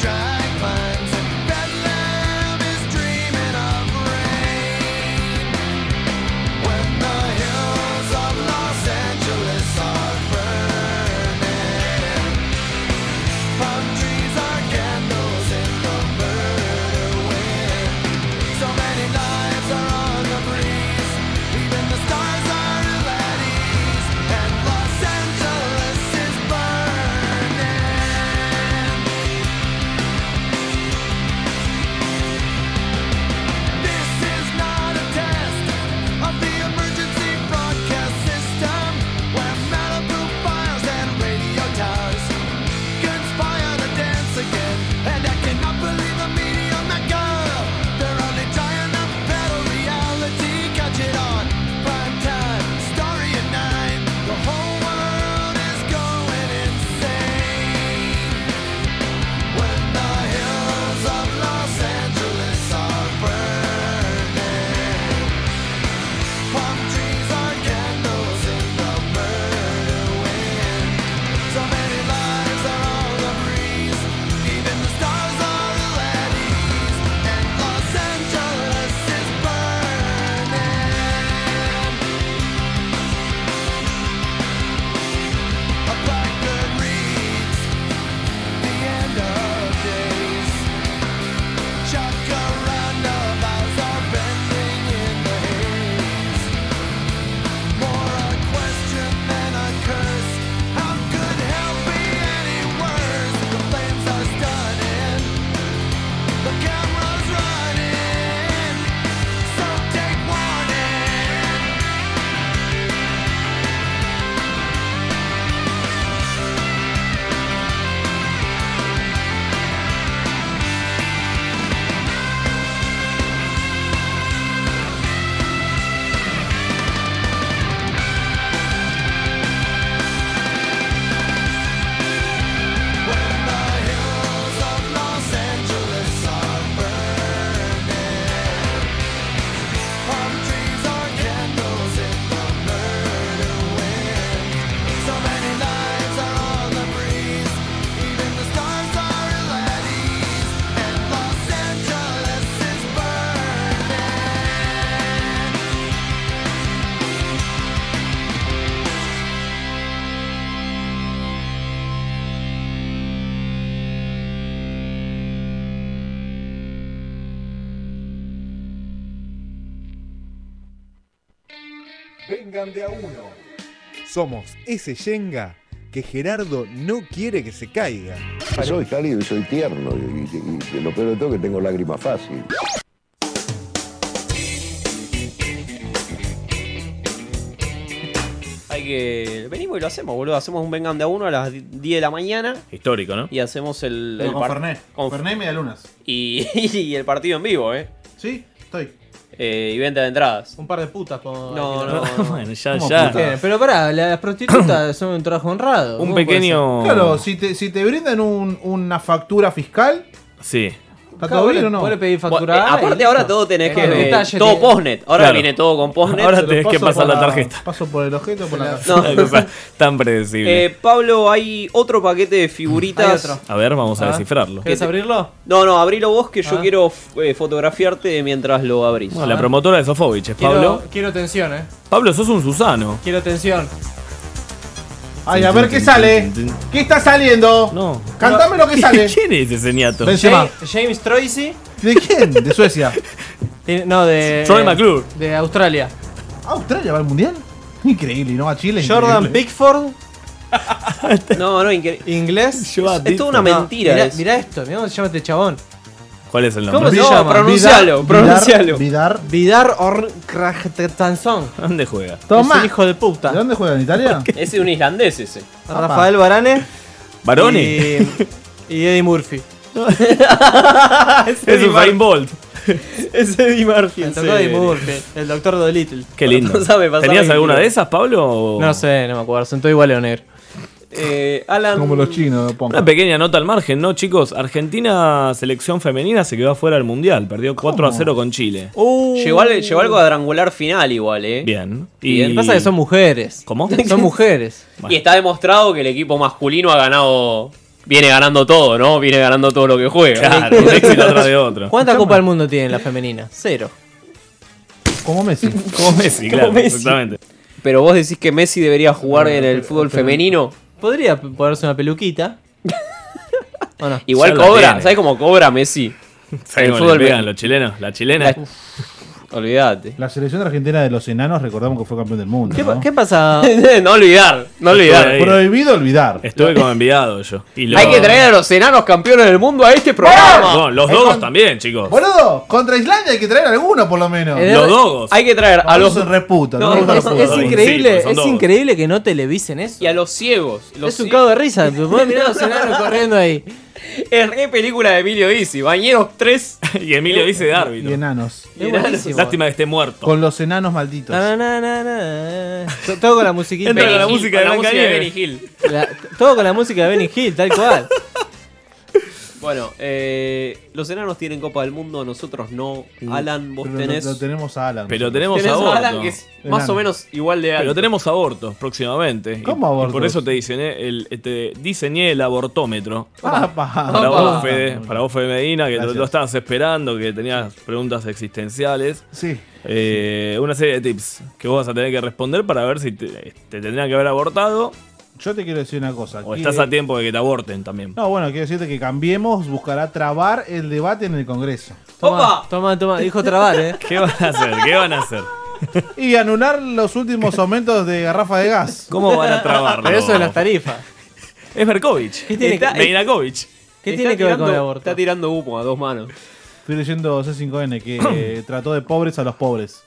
Speaker 21: vengan de a uno.
Speaker 3: Somos ese yenga que Gerardo no quiere que se caiga.
Speaker 22: Soy cálido y soy tierno. Y, y- y lo peor de todo es que tengo lágrimas fácil.
Speaker 10: Hay que. Venimos y lo hacemos, boludo. Hacemos un vengan de a uno a las 10 de la mañana.
Speaker 16: Histórico, ¿no?
Speaker 10: Y hacemos el.
Speaker 11: Pero
Speaker 10: el
Speaker 11: con
Speaker 10: par-
Speaker 11: Fernet.
Speaker 10: con-
Speaker 11: Fernet y media lunas.
Speaker 10: Y, y el partido en vivo, ¿eh?
Speaker 11: Sí, estoy.
Speaker 10: Eh, y venta de entradas.
Speaker 11: Un par de putas por.
Speaker 10: No, no, no.
Speaker 16: Bueno, ya,
Speaker 10: ¿Cómo
Speaker 16: ya.
Speaker 15: Bien, pero pará, las prostitutas son un trabajo honrado.
Speaker 16: Un
Speaker 15: ¿Cómo puede
Speaker 16: pequeño-
Speaker 15: ser?
Speaker 11: Claro, si te, si te brindan un- una factura fiscal,
Speaker 16: Sí.
Speaker 11: ¿está
Speaker 15: Claro,
Speaker 11: todo bien
Speaker 15: vos
Speaker 11: o no?
Speaker 15: le- vos le pedís
Speaker 10: Bueno, eh, aparte, ahora todo tenés que.
Speaker 11: Claro.
Speaker 16: Detalles
Speaker 10: todo
Speaker 16: de-
Speaker 10: postnet. Ahora
Speaker 16: Claro. Ah,
Speaker 10: viene todo con postnet.
Speaker 16: Ahora
Speaker 10: Se lo
Speaker 16: tenés que
Speaker 10: paso
Speaker 16: pasar la
Speaker 10: para-
Speaker 16: tarjeta.
Speaker 11: Paso por el objeto o por la
Speaker 10: No.
Speaker 16: Tan predecible.
Speaker 10: Eh, Pablo, hay otro paquete de figuritas.
Speaker 16: Hay otro. A ver, vamos a descifrarlo.
Speaker 10: ¿Querés
Speaker 15: abrirlo?
Speaker 10: No, no, abrilo vos que
Speaker 15: Ah.
Speaker 10: yo quiero f- eh, fotografiarte mientras lo abrís.
Speaker 16: Bueno, la promotora de Sofovich es
Speaker 15: Quiero,
Speaker 16: Pablo.
Speaker 15: quiero tensión, eh.
Speaker 16: Pablo, sos un Susano.
Speaker 15: Quiero tensión.
Speaker 11: Ay, a ver qué sale. ¿Qué está saliendo?
Speaker 16: No.
Speaker 11: Cantame lo que sale.
Speaker 16: ¿Quién es ese niato?
Speaker 10: ¿Eh?
Speaker 11: Benzema.
Speaker 15: Ja- James Troisi.
Speaker 11: ¿De quién? De Suecia.
Speaker 15: Tiene- No, de.
Speaker 16: Troy McClure.
Speaker 15: De Australia.
Speaker 11: ¿Australia va al mundial? Increíble, ¿no? A Chile.
Speaker 15: Jordan
Speaker 11: increíble.
Speaker 15: Pickford.
Speaker 10: No, no, increíble.
Speaker 15: Inglés.
Speaker 10: Es toda una
Speaker 15: No,
Speaker 10: mentira.
Speaker 15: mirá,
Speaker 10: eso.
Speaker 15: mirá esto, mirá cómo se llama este chabón.
Speaker 16: ¿Cuál es el nombre?
Speaker 15: ¿Cómo se
Speaker 16: Vidal.
Speaker 15: llama?
Speaker 10: Pronuncialo,
Speaker 11: Vidar-
Speaker 10: pronuncialo.
Speaker 11: Vidar.
Speaker 15: Vidar Orkrachtanson.
Speaker 16: ¿Dónde juega?
Speaker 11: Toma.
Speaker 15: Es un hijo de
Speaker 16: Ah.
Speaker 15: puta.
Speaker 11: ¿De dónde juega? ¿En Italia?
Speaker 10: Ese es un islandés ese.
Speaker 15: Rafael Barane.
Speaker 16: Barone.
Speaker 10: Eh,
Speaker 15: Y, y Eddie Murphy.
Speaker 16: Es un Usain Bolt.
Speaker 10: Es Eddie Murphy.
Speaker 15: El
Speaker 10: en
Speaker 15: doctor Eddie
Speaker 10: serio.
Speaker 15: Murphy. El doctor Dolittle.
Speaker 16: Qué lindo.
Speaker 10: No sabe pasar
Speaker 16: ¿Tenías
Speaker 10: 20.
Speaker 16: alguna de esas, Pablo? o-
Speaker 15: No sé, no me acuerdo. Son todos iguales o negro.
Speaker 10: Eh, Alan.
Speaker 11: Como los chinos, pongo.
Speaker 16: Una pequeña nota al margen, ¿no, chicos? Argentina, selección femenina, se quedó afuera del mundial. Perdió 4 a 0 con Chile.
Speaker 15: Uh.
Speaker 10: Llegó al, llegó al cuadrangular final igual, eh.
Speaker 16: Bien.
Speaker 10: Y-
Speaker 15: Lo que pasa es que son mujeres.
Speaker 16: ¿Cómo?
Speaker 15: Son mujeres.
Speaker 10: Y está demostrado que el equipo masculino ha ganado. Viene ganando todo, ¿no? Viene ganando todo lo que juega.
Speaker 16: Claro, un éxito atrás de otro.
Speaker 15: ¿Cuántas Copa del Mundo tienen las femeninas? Cero.
Speaker 11: Como Messi.
Speaker 16: Como Messi, claro,
Speaker 10: Como Messi.
Speaker 16: exactamente.
Speaker 10: Pero vos decís que Messi debería jugar en el fútbol femenino.
Speaker 15: Podría p- ponerse una peluquita. ¿O no?
Speaker 10: Igual
Speaker 16: Ya la
Speaker 10: cobra,
Speaker 16: tiene.
Speaker 10: ¿sabes cómo cobra Messi?
Speaker 16: ¿Sabes
Speaker 10: El
Speaker 16: cómo
Speaker 10: fútbol
Speaker 16: le pegan
Speaker 10: me-
Speaker 16: los chilenos? La chilena.
Speaker 10: La- Olvídate.
Speaker 11: La selección argentina de los enanos, recordamos que fue campeón del mundo.
Speaker 15: ¿Qué, pa-
Speaker 11: ¿no?
Speaker 15: qué pasa?
Speaker 10: no olvidar, no olvidar.
Speaker 16: Estuve ahí.
Speaker 11: Prohibido olvidar.
Speaker 16: Estuve como enviado yo. Y lo-
Speaker 10: Hay que traer a los enanos campeones del mundo a este programa.
Speaker 16: No, los
Speaker 11: Es
Speaker 16: dogos
Speaker 11: con-
Speaker 16: también, chicos.
Speaker 11: Boludo, contra Islandia hay que traer alguno por lo menos.
Speaker 15: Eh,
Speaker 16: Los dogos.
Speaker 10: Hay que traer a los.
Speaker 11: en reputa,
Speaker 10: No,
Speaker 11: no, me gusta la
Speaker 15: Es,
Speaker 11: puta.
Speaker 15: es
Speaker 16: Sí,
Speaker 15: increíble,
Speaker 16: porque son
Speaker 15: es
Speaker 16: dos.
Speaker 15: increíble que no televisen eso.
Speaker 10: Y a los ciegos. Los
Speaker 15: es un
Speaker 10: cie-
Speaker 15: cago de risa. Podés mirar a los enanos corriendo ahí.
Speaker 10: Es re película de Emilio Dizzi. Bañeros 3.
Speaker 16: y Emilio dice de
Speaker 11: Y
Speaker 16: árbitro.
Speaker 11: enanos.
Speaker 15: Es buenísimo.
Speaker 16: Lástima que esté muerto.
Speaker 11: Con los enanos malditos.
Speaker 15: Na, na, na, na, na. To- Todo con la musiquita.
Speaker 16: Entra con la
Speaker 10: Hill,
Speaker 16: música
Speaker 10: con
Speaker 16: de
Speaker 10: la música de
Speaker 16: Blancanieves.
Speaker 10: Benny Hill.
Speaker 15: La- todo con la música de Benny Hill, tal cual.
Speaker 10: Bueno, eh, los enanos tienen Copa del Mundo, nosotros no. Alan, vos
Speaker 11: Pero lo-
Speaker 10: tenés.
Speaker 11: Lo, tenemos a Alan.
Speaker 16: Pero tenemos
Speaker 10: tenés a Alan
Speaker 16: aborto.
Speaker 10: que es
Speaker 11: Enano.
Speaker 10: más o menos igual de alto.
Speaker 16: Pero tenemos abortos próximamente. Y-
Speaker 11: ¿Cómo
Speaker 16: y
Speaker 11: abortos?
Speaker 16: por eso te diseñé el, este, diseñé el abortómetro.
Speaker 11: Ah, pa.
Speaker 16: Para
Speaker 10: Opa.
Speaker 16: vos, Fede, para vos, Fede Medina, que lo,
Speaker 11: Gracias.
Speaker 16: lo estabas esperando, que tenías preguntas existenciales.
Speaker 11: Sí.
Speaker 16: Eh, una serie de tips que vos vas a tener que responder para ver si te, te tendrían que haber abortado
Speaker 11: Yo te quiero decir una cosa.
Speaker 16: o
Speaker 11: que-
Speaker 16: estás a tiempo de que te aborten también.
Speaker 11: No, bueno, quiero decirte que Cambiemos buscará trabar el debate en el Congreso.
Speaker 15: Toma,
Speaker 10: ¡Opa!
Speaker 15: toma, toma. Dijo trabar, eh.
Speaker 16: ¿Qué van a hacer? ¿Qué van a hacer?
Speaker 11: Y anular los últimos aumentos de garrafa de gas.
Speaker 16: ¿Cómo van a trabarlo?
Speaker 15: Pero eso de las tarifas.
Speaker 16: Es Berkovich.
Speaker 15: ¿Qué tiene
Speaker 16: Está-
Speaker 15: que-
Speaker 16: Meinakovich.
Speaker 15: ¿Qué
Speaker 10: Está
Speaker 15: tiene que ver con el
Speaker 10: tirando-
Speaker 15: aborto?
Speaker 10: Está tirando humo a dos manos.
Speaker 11: Estoy leyendo C5N que eh, trató de pobres a los pobres.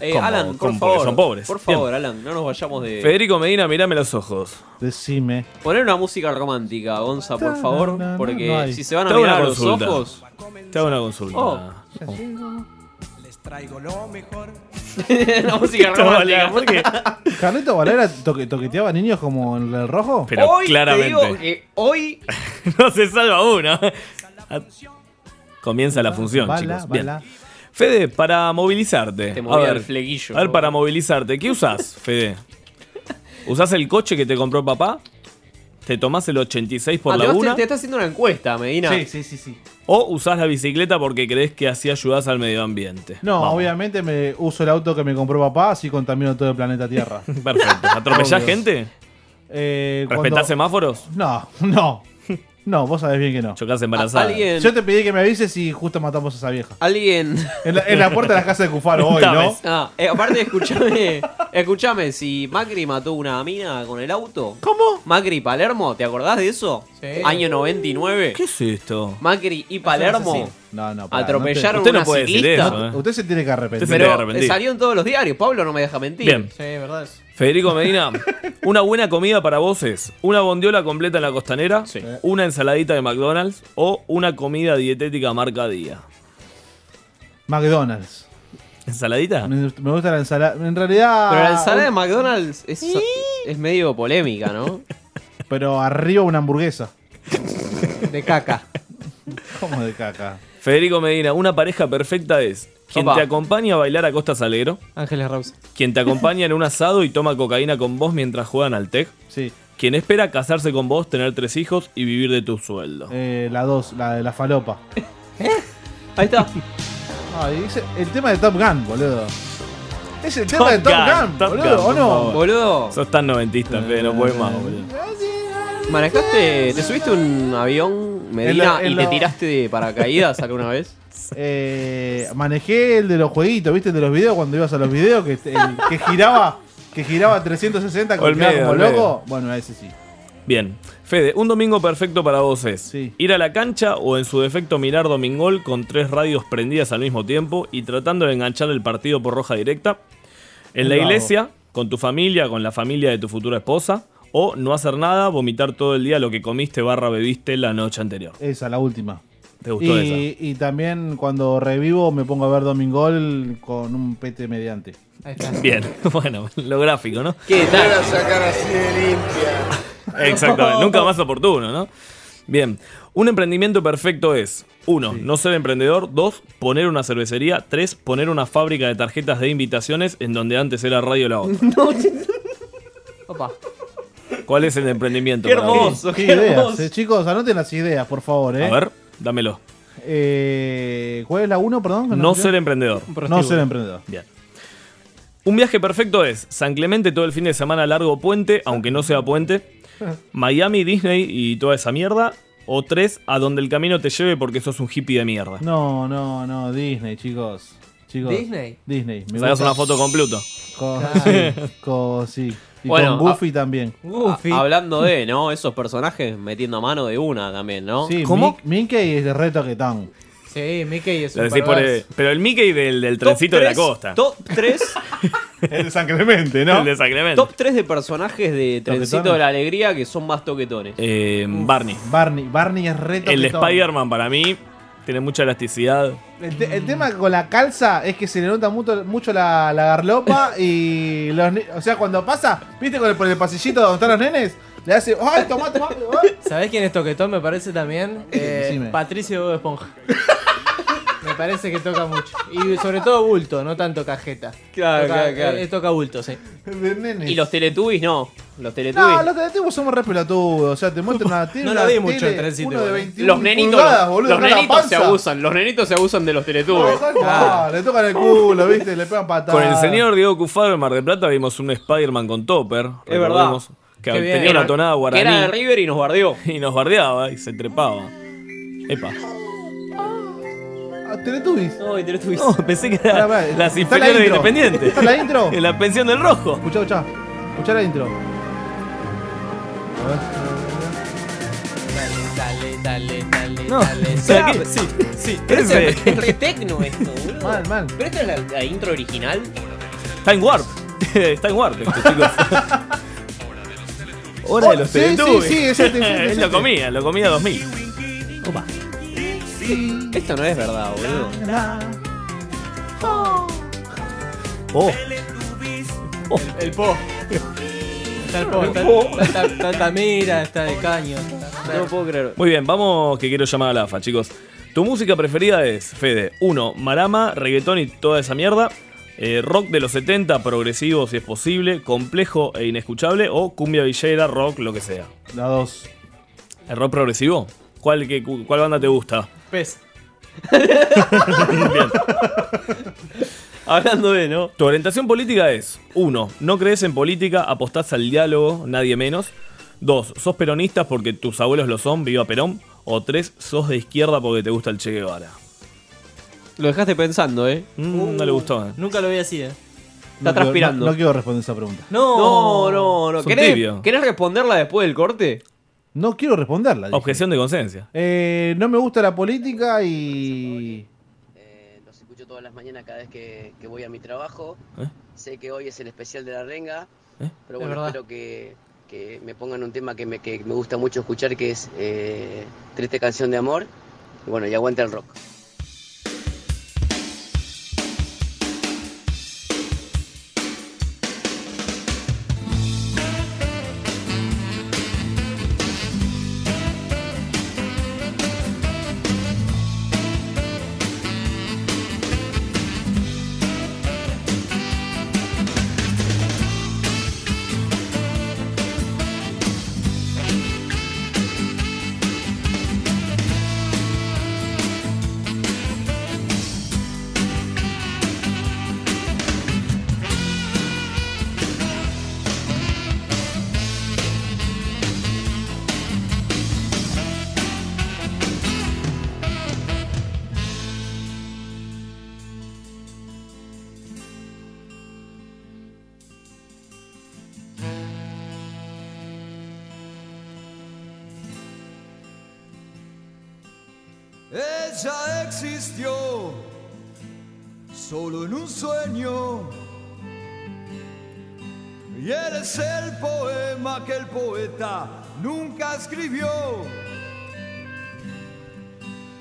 Speaker 10: Eh,
Speaker 16: ¿Cómo?
Speaker 10: Alan, por
Speaker 16: ¿Cómo? Porque
Speaker 10: favor.
Speaker 16: son pobres.
Speaker 10: Por favor, Alan, no nos vayamos de.
Speaker 16: Federico Medina, mirame los ojos.
Speaker 11: Decime.
Speaker 10: Poner una música romántica, Gonza, por favor.
Speaker 11: No, no,
Speaker 10: Porque
Speaker 11: no hay.
Speaker 10: si se van a
Speaker 16: Te hago una
Speaker 10: mirar a los
Speaker 16: consulta.
Speaker 10: ojos.
Speaker 16: Te hago una consulta.
Speaker 10: Oh.
Speaker 6: Les traigo lo mejor.
Speaker 10: una música romántica.
Speaker 16: ¿Por qué?
Speaker 11: ¿Carlito Valera toque- toqueteaba niños como en el rojo?
Speaker 16: Pero
Speaker 10: hoy
Speaker 16: claramente.
Speaker 10: Te digo que hoy.
Speaker 16: no se salva una. Comienza la función,
Speaker 11: Bala,
Speaker 16: chicos. Bien.
Speaker 11: bala.
Speaker 16: Fede, para movilizarte.
Speaker 10: Te
Speaker 16: a
Speaker 10: movía
Speaker 16: ver,
Speaker 10: el flequillo.
Speaker 16: a ver, para movilizarte, ¿qué usás, Fede? ¿Usás el coche que te compró papá? ¿Te tomás el 86 por
Speaker 10: Ah, te
Speaker 16: la
Speaker 10: vas-
Speaker 16: una?
Speaker 10: Te, está haciendo una encuesta, Medina.
Speaker 11: Sí, sí, sí, sí.
Speaker 16: ¿O usás la bicicleta porque crees que así ayudás al medio ambiente?
Speaker 11: No,
Speaker 16: Vamos.
Speaker 11: obviamente me uso el auto que me compró papá, así contamino todo el planeta Tierra.
Speaker 16: Perfecto. ¿Atropellás
Speaker 11: Obvio.
Speaker 16: gente?
Speaker 11: Eh,
Speaker 16: ¿Respetás
Speaker 11: cuando-
Speaker 16: semáforos?
Speaker 11: No, no. No, vos sabés bien que no.
Speaker 16: Chocás embarazada.
Speaker 10: Alguien-
Speaker 11: Yo te pedí que me avises y justo matamos a esa vieja.
Speaker 10: Alguien.
Speaker 11: En la, en la puerta de la casa de Cufaro hoy, ¿no?
Speaker 10: Ah, eh, aparte, escúchame. escúchame, si Macri mató una mina con el auto.
Speaker 11: ¿Cómo?
Speaker 10: Macri y Palermo, ¿te acordás de eso?
Speaker 15: Sí.
Speaker 10: Año 99.
Speaker 16: ¿Qué es esto?
Speaker 10: Macri y Palermo.
Speaker 11: No, no, pará,
Speaker 10: Atropellaron
Speaker 11: no te-
Speaker 10: a una ciclista.
Speaker 11: Usted se tiene que arrepentir.
Speaker 10: Pero salió en todos los diarios. Pablo no me deja mentir.
Speaker 16: Bien.
Speaker 15: Sí, verdad es.
Speaker 16: Federico Medina, una buena comida para vos es una bondiola completa en la costanera, una ensaladita de McDonald's o una comida dietética marca día.
Speaker 11: McDonald's.
Speaker 16: ¿Ensaladita?
Speaker 11: Me me gusta la Ah. ensalada. En realidad.
Speaker 10: Pero la ensalada de McDonald's es, es medio polémica, ¿no?
Speaker 11: Pero arriba una hamburguesa.
Speaker 10: De caca.
Speaker 11: ¿Cómo de caca?
Speaker 16: Federico Medina, una pareja perfecta es quien
Speaker 10: Opa.
Speaker 16: te acompaña a bailar a Costa Salero,
Speaker 15: Ángeles Rausa.
Speaker 16: quien te acompaña en un asado y toma cocaína con vos mientras juegan al tech, quien espera casarse con vos, tener tres hijos y vivir de tu sueldo.
Speaker 11: Eh, la dos, la de la falopa.
Speaker 10: Ahí está.
Speaker 11: el tema de Top Gun, boludo. Es el tema de Top Gun, boludo, ¿o no?
Speaker 10: Boludo.
Speaker 16: Sos tan noventista, Fede, no puedes más, boludo.
Speaker 10: ¿Manejaste, te subiste a un avión, Medina,
Speaker 11: En lo- en
Speaker 10: y te
Speaker 11: lo-
Speaker 10: tiraste de paracaídas alguna vez?
Speaker 11: Eh, manejé el de los jueguitos, ¿viste? El de los videos, cuando ibas a los videos, que, el que giraba que giraba 360 que
Speaker 16: Olmedo,
Speaker 11: quedaba como
Speaker 16: Olmedo.
Speaker 11: loco. Bueno, ese sí.
Speaker 16: Bien. Fede, un domingo perfecto para vos es ir a la cancha o en su defecto mirar Domingol con tres radios prendidas al mismo tiempo y tratando de enganchar el partido por roja directa. En la
Speaker 11: Bravo.
Speaker 16: iglesia, con tu familia, con la familia de tu futura esposa. O no hacer nada, vomitar todo el día lo que comiste barra bebiste la noche anterior.
Speaker 11: Esa, la última.
Speaker 16: ¿Te gustó esa?
Speaker 11: y, y también cuando revivo me pongo a ver Domingol con un pete mediante.
Speaker 16: Bien, bueno, lo gráfico, ¿no?
Speaker 10: ¿Qué tal?
Speaker 5: sacar así de limpia.
Speaker 16: Exactamente, nunca más oportuno, ¿no? Bien, un emprendimiento perfecto es, uno, no ser emprendedor, dos, poner una cervecería, tres, poner una fábrica de tarjetas de invitaciones en donde antes era Radio La Otra.
Speaker 10: Opa.
Speaker 16: ¿Cuál es el emprendimiento?
Speaker 10: Qué
Speaker 16: para vos?
Speaker 10: hermoso,
Speaker 11: ¿Qué ideas? eh, chicos, anoten las ideas, por favor, eh.
Speaker 16: A ver, dámelo.
Speaker 11: Eh, ¿Cuál es la 1, perdón?
Speaker 16: No, ser emprendedor.
Speaker 11: No ser emprendedor.
Speaker 16: Bien. Un viaje perfecto es San Clemente todo el fin de semana largo puente, aunque no sea puente, Miami, Disney y toda esa mierda, o tres, a donde el camino te lleve porque sos un hippie de mierda.
Speaker 11: No, no, no, Disney, chicos. chicos
Speaker 15: ¿Disney?
Speaker 11: Disney. me
Speaker 16: Sacás
Speaker 11: gusta.
Speaker 16: una foto con Pluto.
Speaker 11: Con,
Speaker 16: Claro.
Speaker 11: sí, con- sí. Y
Speaker 10: Bueno,
Speaker 11: con
Speaker 16: ah,
Speaker 11: Buffy también.
Speaker 10: A- Ah, hablando de, ¿no? Esos personajes metiendo a mano de una también, ¿no?
Speaker 11: Sí, Mi- Mickey es de retoquetón.
Speaker 15: Sí, Mickey es
Speaker 16: Lo
Speaker 15: un
Speaker 16: decís por el- pero el Mickey del, del trencito de la costa.
Speaker 10: Top 3.
Speaker 11: El de San Clemente, ¿no?
Speaker 16: El de San Clemente.
Speaker 10: Top 3 de personajes de Trencito de
Speaker 16: Toquetones.
Speaker 10: la Alegría que son más toquetones.
Speaker 16: Eh, Barney.
Speaker 11: Barney. Barney es retoquetón.
Speaker 16: El de Spider-Man para mí tiene mucha elasticidad.
Speaker 11: El, te- el tema con la calza es que se le nota mucho, mucho la, la garlopa y los ni- O sea, cuando pasa, ¿viste con el, por el pasillito donde están los nenes? Le hace, ¡ay, tomá, tomá! ay".
Speaker 15: ¿Sabés quién es toquetón? Me parece también. Eh,
Speaker 11: Decime.
Speaker 15: Patricio de Bob Esponja. Me parece que toca mucho. Y sobre todo bulto, no tanto cajeta.
Speaker 10: Claro,
Speaker 15: toca,
Speaker 10: Ah, claro, claro.
Speaker 15: eh, toca bulto, sí.
Speaker 11: De nenes.
Speaker 10: Y los Teletubbies no. Los Teletubbies.
Speaker 11: No, los teletubbies somos re pelotudos. O sea, te muestran una tele.
Speaker 15: No la vi mucho en Trencito,
Speaker 11: Uno de
Speaker 15: boludo.
Speaker 11: 21
Speaker 10: los nenitos,
Speaker 11: pulgadas,
Speaker 10: los-
Speaker 11: boludo,
Speaker 10: los
Speaker 11: con la
Speaker 10: nenitos se
Speaker 11: panza.
Speaker 10: abusan, eh, los nenitos se abusan de los teletubbies.
Speaker 11: Ah, Le tocan el culo, ¿viste? Le pegan patadas.
Speaker 16: Con el señor Diego Cufaro en Mar del Plata vimos un Spider-Man con Topper.
Speaker 10: Es verdad.
Speaker 16: Recordemos Que
Speaker 10: Qué bien.
Speaker 16: tenía una tonada guaraní.
Speaker 10: Que era de River y nos bardeó.
Speaker 16: Y nos bardeaba y se trepaba. Epa.
Speaker 11: Ah, Teletubbies.
Speaker 10: No, Teletubbies.
Speaker 16: No, pensé que era
Speaker 11: Pará, pará.
Speaker 16: las
Speaker 11: Está
Speaker 16: inferiores
Speaker 11: la
Speaker 16: de
Speaker 11: intro.
Speaker 16: Independiente.
Speaker 11: ¿Está la intro?
Speaker 16: En la pensión del rojo.
Speaker 11: Escuchá, escuchá. Escuchá la intro.
Speaker 15: Dale, dale, dale,
Speaker 16: No, o sea que- sí, sí,
Speaker 10: Pero esto
Speaker 16: ese.
Speaker 10: es re tecno esto, boludo.
Speaker 11: Mal, mal.
Speaker 10: Pero esta es la, la intro original.
Speaker 16: Time Warp. Time Warp, este, chicos. Hora de los
Speaker 11: Oh, Sí,
Speaker 16: Teletubbies.
Speaker 11: sí, sí, es este, es este, es
Speaker 16: Él lo
Speaker 11: este.
Speaker 16: comía, lo comía 2000.
Speaker 10: Esto no es verdad, boludo.
Speaker 16: Oh.
Speaker 15: El po. Está el po, está, está- está Altamira, está de caño. está-
Speaker 10: No puedo creer.
Speaker 16: Muy bien, vamos que quiero llamar a la AFA, chicos. Tu música preferida es, Fede, 1. Marama, reggaetón y toda esa mierda. eh, rock de los 70, progresivo si es posible, complejo e inescuchable. O cumbia villera, rock, lo que sea.
Speaker 11: La dos.
Speaker 16: ¿El rock progresivo? ¿Cuál, qué- cu- cuál banda te gusta?
Speaker 15: Pez.
Speaker 16: Hablando de, ¿no? Tu orientación política es, 1. No crees en política, apostás al diálogo, nadie menos. Dos, sos peronista porque tus abuelos lo son, viva Perón. O tres, sos de izquierda porque te gusta el Che Guevara.
Speaker 15: Lo dejaste pensando, ¿eh?
Speaker 16: no le gustó. eh.
Speaker 15: Nunca lo vi así, ¿eh?
Speaker 11: No
Speaker 15: Está
Speaker 11: quiero-
Speaker 15: transpirando.
Speaker 11: No, no quiero responder esa pregunta.
Speaker 15: No, no, no.
Speaker 11: Es un
Speaker 15: ¿Querés,
Speaker 11: tibio.
Speaker 15: querés responderla después del corte?
Speaker 11: No quiero responderla. dije.
Speaker 16: Objeción de conciencia.
Speaker 11: Eh, no me gusta la política y.
Speaker 1: Los escucho todas las mañanas cada vez que, que voy a mi trabajo.
Speaker 16: ¿Eh?
Speaker 1: Sé que hoy es el especial de la renga,
Speaker 16: ¿Eh?
Speaker 1: pero
Speaker 16: Es
Speaker 1: bueno,
Speaker 16: verdad.
Speaker 1: espero que, que me pongan un tema que me, que me gusta mucho escuchar, que es eh, Triste Canción de Amor. Y bueno, y aguanta el rock.
Speaker 6: Ella existió solo en un sueño. Y eres el poema que el poeta nunca escribió.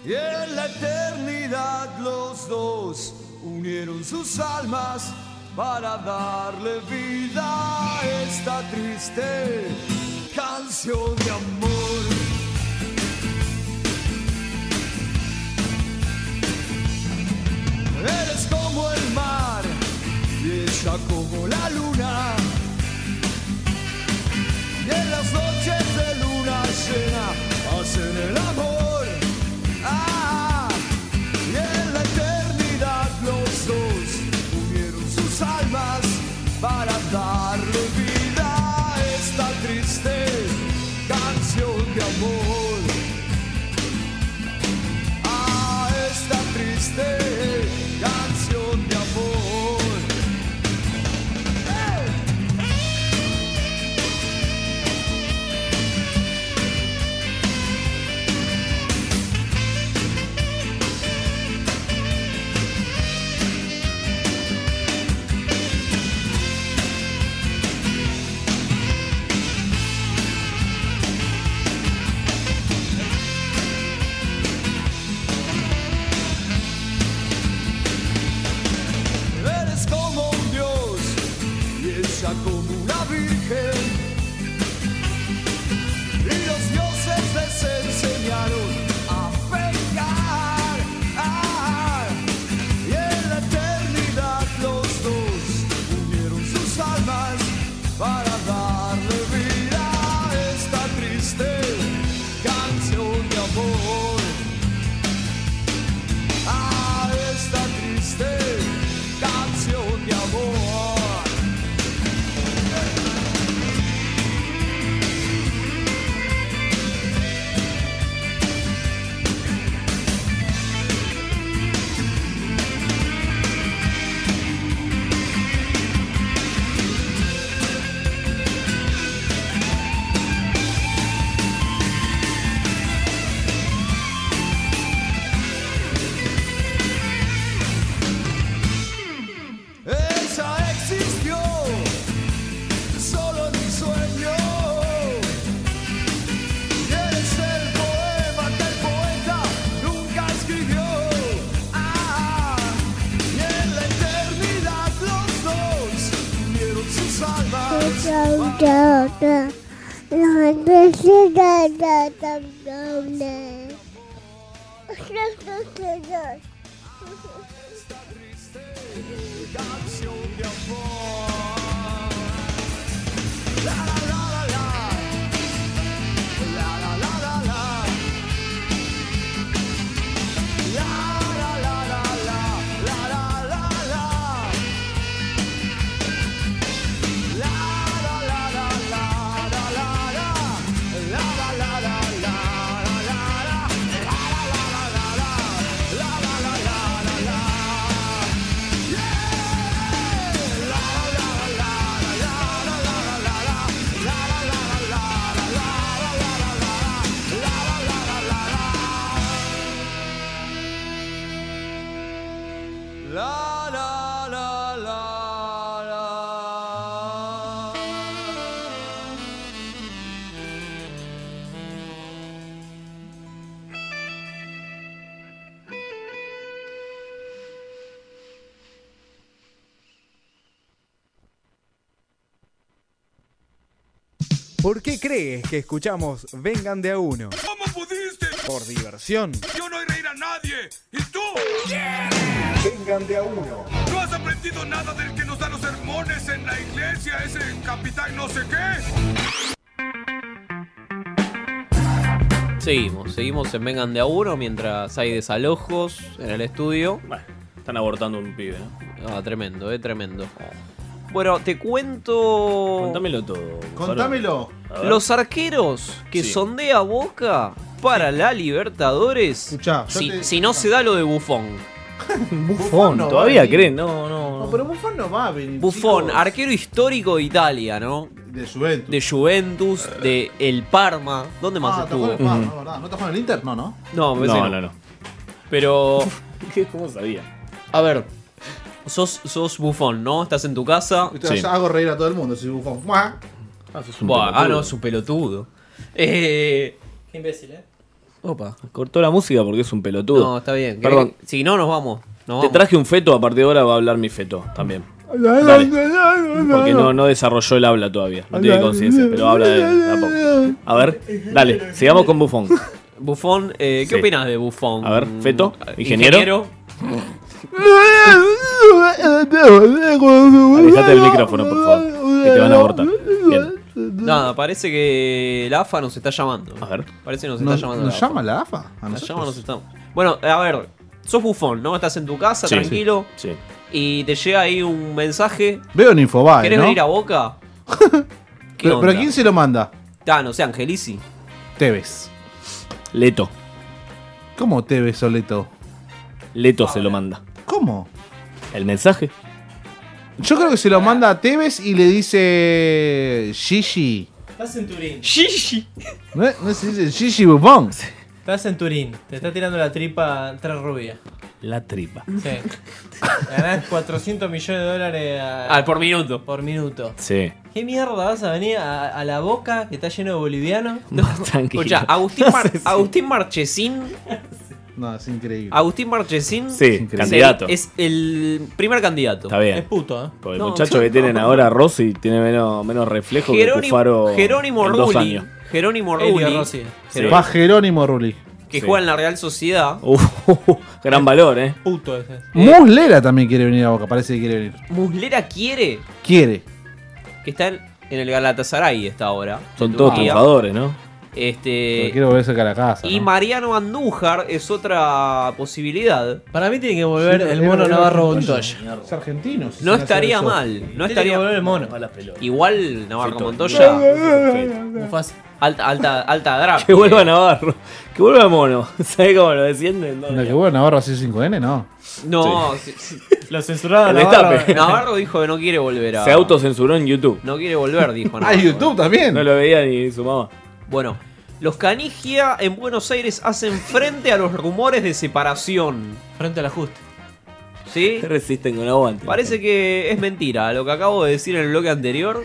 Speaker 6: Y en la eternidad los dos unieron sus almas para darle vida a esta triste canción de amor. Eres como el mar y ella como la luna. Y en las noches de luna llena hacen el amor. Ah, y en la eternidad los dos unieron sus almas para darle vida a esta triste canción de amor a Ah, esta triste canción de amor. Eres como un dios y ella como una virgen. Y los dioses les enseñaron a pecar. Ah, y en la eternidad los dos unieron sus almas para darle vida a esta triste canción de amor. A esta triste canción de amor. Ella existió solo en mi sueño. Y eres el poema que el poeta nunca escribió. Ah, y en la eternidad los dos unieron sus almas. Canción de amor. La la la la la. La la la la la. La la la la la. La la la la. La la la la la la la la.
Speaker 3: ¿Por qué crees que escuchamos Vengan de a uno?
Speaker 6: ¿Cómo pudiste?
Speaker 3: Por diversión.
Speaker 6: Yo no iré a ir a nadie. ¿Y tú?
Speaker 5: Vengan de a uno.
Speaker 6: ¿No has aprendido nada del que nos da los sermones en la iglesia, ese capitán no sé qué?
Speaker 10: Seguimos, seguimos en Vengan de a uno mientras hay desalojos en el estudio.
Speaker 16: están abortando un pibe, ¿no?
Speaker 10: Ah, tremendo, eh, tremendo. Bueno, te cuento.
Speaker 16: Contámelo todo.
Speaker 11: Contámelo.
Speaker 16: A ver.
Speaker 10: Los arqueros que
Speaker 16: Sí.
Speaker 10: sondea Boca para la Libertadores.
Speaker 11: yo
Speaker 10: si,
Speaker 11: te-
Speaker 10: si no se da lo de Bufón.
Speaker 11: Buffon no
Speaker 10: todavía
Speaker 11: va a venir.
Speaker 10: creen, no, no,
Speaker 11: No, pero Buffon no va a venir.
Speaker 10: Bufón,
Speaker 11: chicos.
Speaker 10: arquero histórico de Italia, ¿no?
Speaker 11: De Juventus.
Speaker 10: De Juventus, de El Parma. ¿Dónde más
Speaker 11: Ah,
Speaker 10: estuvo?
Speaker 11: tajó en el Parma, ¿verdad? ¿No tajó en el Inter? No, no.
Speaker 10: No, me parece
Speaker 16: No,
Speaker 10: que
Speaker 16: no, no.
Speaker 10: Pero.
Speaker 16: ¿Cómo sabía?
Speaker 10: A ver. Sos, sos bufón, ¿no? Estás en tu casa.
Speaker 11: Entonces, Hago reír a todo el mundo, soy Buffon. ¡Mua!
Speaker 10: Buah, ah, no, es un pelotudo. Eh.
Speaker 15: Qué imbécil, eh.
Speaker 10: Opa.
Speaker 16: Cortó la música porque es un pelotudo.
Speaker 10: No, está bien.
Speaker 16: Perdón.
Speaker 10: Si no, nos vamos. Nos
Speaker 16: Te
Speaker 10: vamos.
Speaker 16: traje un feto, a partir de ahora va a hablar mi feto también. Dale. Porque
Speaker 6: Porque
Speaker 16: no, no desarrolló el habla todavía. No tiene conciencia, pero habla de a poco. A ver, dale, sigamos con Bufón.
Speaker 10: Bufón, eh, ¿qué
Speaker 16: Sí.
Speaker 10: opinas de Bufón? Mm,
Speaker 16: A ver, Feto, ingeniero. Alejate del micrófono, por favor. Que te van a abortar. Bien.
Speaker 10: Nada, parece que la AFA nos está llamando. A
Speaker 16: ver.
Speaker 10: Parece que nos
Speaker 11: ¿Nos,
Speaker 10: está llamando.
Speaker 11: nos
Speaker 10: la AFA.
Speaker 11: llama la AFA? A
Speaker 10: Nos
Speaker 11: nosotros.
Speaker 10: llama, nos está- Bueno, a ver, sos bufón, ¿no? Estás en tu casa,
Speaker 11: Sí,
Speaker 10: tranquilo.
Speaker 16: Sí.
Speaker 10: Y te llega ahí un mensaje.
Speaker 11: Veo en Infobae,
Speaker 10: ¿Querés
Speaker 11: ¿no?
Speaker 10: venir a boca? ¿Qué
Speaker 11: pero, pero
Speaker 10: onda?
Speaker 11: ¿quién se lo manda?
Speaker 10: Ah, no sé, Angelici.
Speaker 11: Tevez.
Speaker 16: Leto.
Speaker 11: ¿Cómo Tevez o Leto?
Speaker 16: Leto se lo manda.
Speaker 11: ¿Cómo?
Speaker 16: El mensaje.
Speaker 11: Yo creo que se lo manda a Tevez y le dice. Gigi.
Speaker 15: Estás en Turín.
Speaker 10: Gigi.
Speaker 11: ¿No, es- no se dice Gigi Buffon?
Speaker 15: Estás en Turín. Te está tirando la tripa tres rubia.
Speaker 16: La tripa.
Speaker 15: Sí. Ganás 400 millones de dólares a-
Speaker 10: Ah, por minuto.
Speaker 15: por minuto.
Speaker 16: Sí.
Speaker 15: ¿Qué mierda vas a venir a, a la boca que está lleno de bolivianos?
Speaker 16: No, tranquilo.
Speaker 10: Escucha, Agustín, Mar- Agustín Marchesín.
Speaker 11: No, es increíble.
Speaker 10: Agustín Marchesín
Speaker 16: Sí,
Speaker 10: es el-
Speaker 16: candidato.
Speaker 10: Es el primer candidato.
Speaker 16: Está bien. Es
Speaker 15: puto, ¿eh?
Speaker 16: Porque el muchacho que tienen ahora, Rossi, tiene menos, menos reflejo que
Speaker 10: Jerónimo,
Speaker 16: Cufaro
Speaker 10: Jerónimo
Speaker 16: en dos
Speaker 10: Rulli.
Speaker 16: años.
Speaker 10: Jerónimo
Speaker 15: Elio
Speaker 10: Rulli.
Speaker 15: Rossi.
Speaker 10: Jerónimo-
Speaker 11: Va Jerónimo Rulli.
Speaker 10: Que
Speaker 11: Sí.
Speaker 10: juega en la Real Sociedad.
Speaker 16: Uh, gran valor, ¿eh?
Speaker 15: Puto ese.
Speaker 11: Muslera también quiere venir a Boca, parece que quiere venir.
Speaker 10: Muslera quiere Eh.
Speaker 11: Quiere.
Speaker 10: que está en, en el Galatasaray esta hora.
Speaker 16: Son
Speaker 10: de
Speaker 16: todos
Speaker 10: Turquía.
Speaker 16: triunfadores, ¿no?
Speaker 10: Este,
Speaker 11: Pero quiero volver cerca de la casa.
Speaker 10: y Mariano Andújar es otra posibilidad.
Speaker 15: Para mí tiene que volver el mono Navarro Montoya.
Speaker 11: Es argentino. si
Speaker 10: No
Speaker 11: se hace
Speaker 10: estaría
Speaker 11: eso.
Speaker 10: mal. No
Speaker 15: Tiene
Speaker 10: estaría
Speaker 15: que volver el mono.
Speaker 10: Igual Navarro Montoya.
Speaker 11: Ah,
Speaker 15: Mufasa.
Speaker 10: Alta, alta, alta draft.
Speaker 16: Que vuelva Navarro. Que vuelva Mono. ¿Sabes cómo lo descienden? No,
Speaker 11: No, que bueno, Navarro así 5N, no.
Speaker 10: No, sí, sí.
Speaker 15: Lo censuraron
Speaker 16: El destape.
Speaker 10: Navarro dijo que no quiere volver a.
Speaker 16: Se autocensuró en YouTube.
Speaker 10: No quiere volver, dijo
Speaker 16: Ah,
Speaker 10: Navarro.
Speaker 11: YouTube también.
Speaker 16: No lo veía ni su mamá.
Speaker 10: Bueno, los Canigia en Buenos Aires hacen frente a los rumores de separación.
Speaker 15: Frente al ajuste.
Speaker 10: ¿Sí?
Speaker 16: Resisten con aguante.
Speaker 10: Parece que es mentira. Lo que acabo de decir en el bloque anterior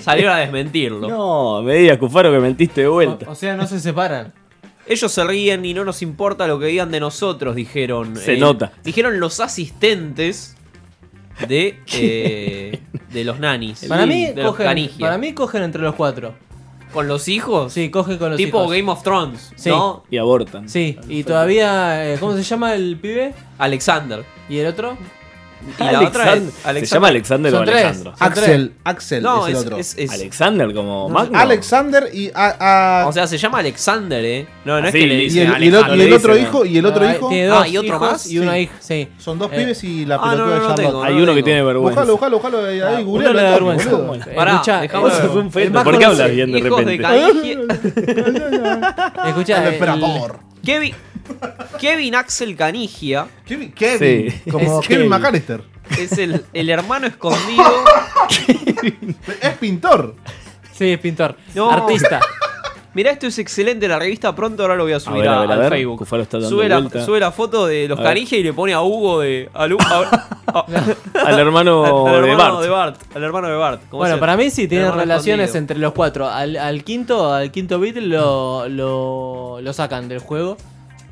Speaker 10: salieron a desmentirlo.
Speaker 16: No, me digas, Cufaro, que mentiste de vuelta.
Speaker 10: Ah,
Speaker 15: O sea, no se separan.
Speaker 10: Ellos se ríen y no nos importa lo que digan de nosotros, dijeron. eh,
Speaker 16: Se nota.
Speaker 10: Dijeron los asistentes de, eh, de los nanis.
Speaker 15: Para mí,
Speaker 10: de los
Speaker 15: cogen,
Speaker 10: canigia.
Speaker 15: para mí cogen entre los cuatro.
Speaker 10: ¿Con los hijos?
Speaker 15: Sí, cogen con los
Speaker 10: tipo
Speaker 15: hijos.
Speaker 10: Game of Thrones,
Speaker 15: Sí.
Speaker 10: ¿no?
Speaker 16: Y abortan.
Speaker 15: Sí, y todavía. eh, ¿Cómo se llama el pibe?
Speaker 10: Alexander.
Speaker 15: ¿Y el otro?
Speaker 10: Y la otra es
Speaker 16: Ah, ¿Se llama Alexander
Speaker 15: Son
Speaker 16: o
Speaker 15: tres,
Speaker 16: Alejandro?
Speaker 15: son tres.
Speaker 11: Axel, Axel
Speaker 10: No,
Speaker 11: es el
Speaker 10: es-
Speaker 11: otro.
Speaker 10: es- es-
Speaker 16: Alexander como Magno.
Speaker 11: Alexander y. a- a-
Speaker 10: O sea, se llama Alexander, ¿eh? No, no es
Speaker 16: Así
Speaker 10: que le
Speaker 16: le
Speaker 11: y
Speaker 10: dicen
Speaker 11: el, y el otro,
Speaker 10: Alexander.
Speaker 11: y el otro
Speaker 16: Alexander.
Speaker 11: hijo, y el otro
Speaker 15: No,
Speaker 11: hijo.
Speaker 15: tiene dos
Speaker 10: Ah, ¿y otro
Speaker 15: hijos
Speaker 10: más?
Speaker 15: Y una
Speaker 11: Sí.
Speaker 15: hija, sí.
Speaker 11: Son dos
Speaker 15: Eh,
Speaker 11: pibes y la
Speaker 10: ah,
Speaker 11: pelotuda
Speaker 10: no, no,
Speaker 11: de
Speaker 10: no
Speaker 11: Charlotte.
Speaker 10: tengo, Ah, no
Speaker 16: Hay uno que tiene vergüenza.
Speaker 11: Búscalo, búscalo, búscalo. Ahí, ahí,
Speaker 15: Uno le da vergüenza.
Speaker 11: boludo.
Speaker 10: Pará,
Speaker 15: Escucha,
Speaker 10: dejá
Speaker 16: Vos sos
Speaker 15: escucha,
Speaker 16: un feto.
Speaker 15: el más
Speaker 16: ¿Por qué
Speaker 15: conocido-
Speaker 16: hablas bien de
Speaker 10: Hijos de
Speaker 16: repente?
Speaker 10: Canigia.
Speaker 15: Escucha,
Speaker 11: Al
Speaker 15: el-
Speaker 11: emperador.
Speaker 10: Kevin, Kevin Axel Canigia
Speaker 11: Kevin,
Speaker 16: Sí.
Speaker 11: Kevin, como
Speaker 16: Es
Speaker 11: Kevin
Speaker 16: Kevin.
Speaker 11: McAllister.
Speaker 10: es el, el hermano escondido.
Speaker 11: Es pintor.
Speaker 15: Sí, es pintor.
Speaker 10: No.
Speaker 15: Artista.
Speaker 10: Mirá, esto es excelente. La revista pronto ahora lo voy a
Speaker 16: A
Speaker 10: subir
Speaker 16: ver,
Speaker 10: a-
Speaker 16: a ver, a
Speaker 10: al
Speaker 16: ver.
Speaker 10: Facebook.
Speaker 16: Cufaro está dando
Speaker 10: Sube la,
Speaker 16: vuelta.
Speaker 10: sube la foto de los
Speaker 16: A ver.
Speaker 10: Canigia y le pone a Hugo de. al Hu- a- a-
Speaker 16: Al hermano,
Speaker 10: al
Speaker 16: de Bart.
Speaker 10: hermano de Bart. Al hermano de Bart. ¿Cómo
Speaker 15: Bueno,
Speaker 10: se-
Speaker 15: para mí sí
Speaker 10: el
Speaker 15: tienen
Speaker 10: hermano
Speaker 15: relaciones
Speaker 10: escondido.
Speaker 15: entre los cuatro. Al, al quinto, al quinto Beatle lo, lo, lo sacan del juego.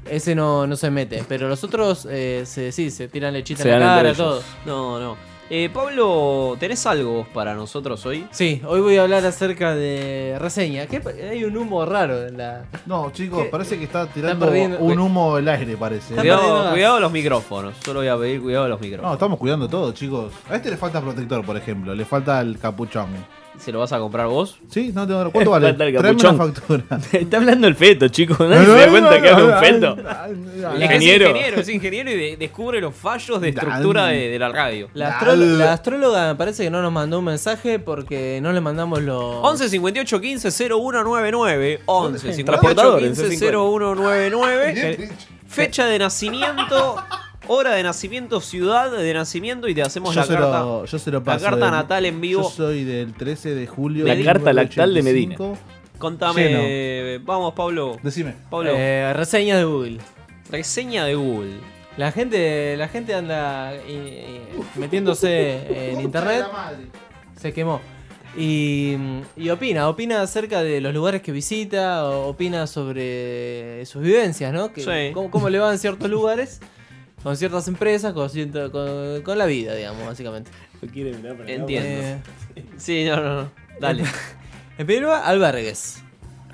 Speaker 15: Ese no, no se mete. Pero los otros eh, se, sí, se tiran lechita
Speaker 16: Se
Speaker 15: en
Speaker 16: dan
Speaker 15: la cara,
Speaker 16: entre ellos.
Speaker 15: todo.
Speaker 10: No, no. Eh, Pablo, ¿tenés algo para nosotros hoy?
Speaker 15: Sí, hoy voy a hablar acerca de reseña. ¿Qué pa- hay un humo raro en la.
Speaker 11: No, chicos,
Speaker 15: ¿Qué?
Speaker 11: parece que está tirando
Speaker 15: perdiendo-
Speaker 11: un humo el aire, parece.
Speaker 10: Cuidado, cuidado los micrófonos. Solo voy a pedir cuidado los micrófonos.
Speaker 11: No, estamos cuidando todo, chicos. A este le falta protector, por ejemplo. Le falta el capuchón.
Speaker 10: ¿Se lo vas a comprar vos?
Speaker 11: Sí, no tengo. ¿Cuánto vale?
Speaker 16: Falta el
Speaker 11: Tráeme
Speaker 16: capuchón.
Speaker 11: la factura.
Speaker 16: Está hablando el feto, chicos. Nadie se da cuenta que habla un feto.
Speaker 10: Es ingeniero. Es ingeniero, y de- descubre los fallos de estructura de, de la radio.
Speaker 15: La, astro- la astróloga me parece que no nos mandó un mensaje porque no le mandamos los.
Speaker 10: 11 58 15 0199 11 58
Speaker 15: Transportadores,
Speaker 10: 15 0199 Fecha de nacimiento, hora de nacimiento, ciudad de nacimiento y te hacemos
Speaker 11: Yo
Speaker 10: la
Speaker 11: se,
Speaker 10: carta.
Speaker 11: lo, yo se lo
Speaker 10: la
Speaker 11: paso.
Speaker 10: carta
Speaker 11: del-
Speaker 10: natal en vivo.
Speaker 11: Yo soy del 13 de julio.
Speaker 10: La
Speaker 11: de
Speaker 10: carta lactal de
Speaker 11: 1985.
Speaker 10: Contame, vamos Pablo.
Speaker 11: Decime.
Speaker 10: Pablo.
Speaker 15: Eh, reseñas de Google.
Speaker 10: Reseña de Google.
Speaker 15: La gente, la gente anda eh, eh, metiéndose en internet. Se quemó. Y, y opina, opina acerca de los lugares que visita, o- opina sobre sus vivencias, ¿no? Que,
Speaker 10: Sí.
Speaker 15: cómo, cómo le va en ciertos lugares, con ciertas empresas, con, cierto- con, con la vida, digamos, básicamente.
Speaker 10: Entiendo.
Speaker 15: Eh,
Speaker 10: Sí, no, no, no. Dale.
Speaker 15: En primer lugar, albergues.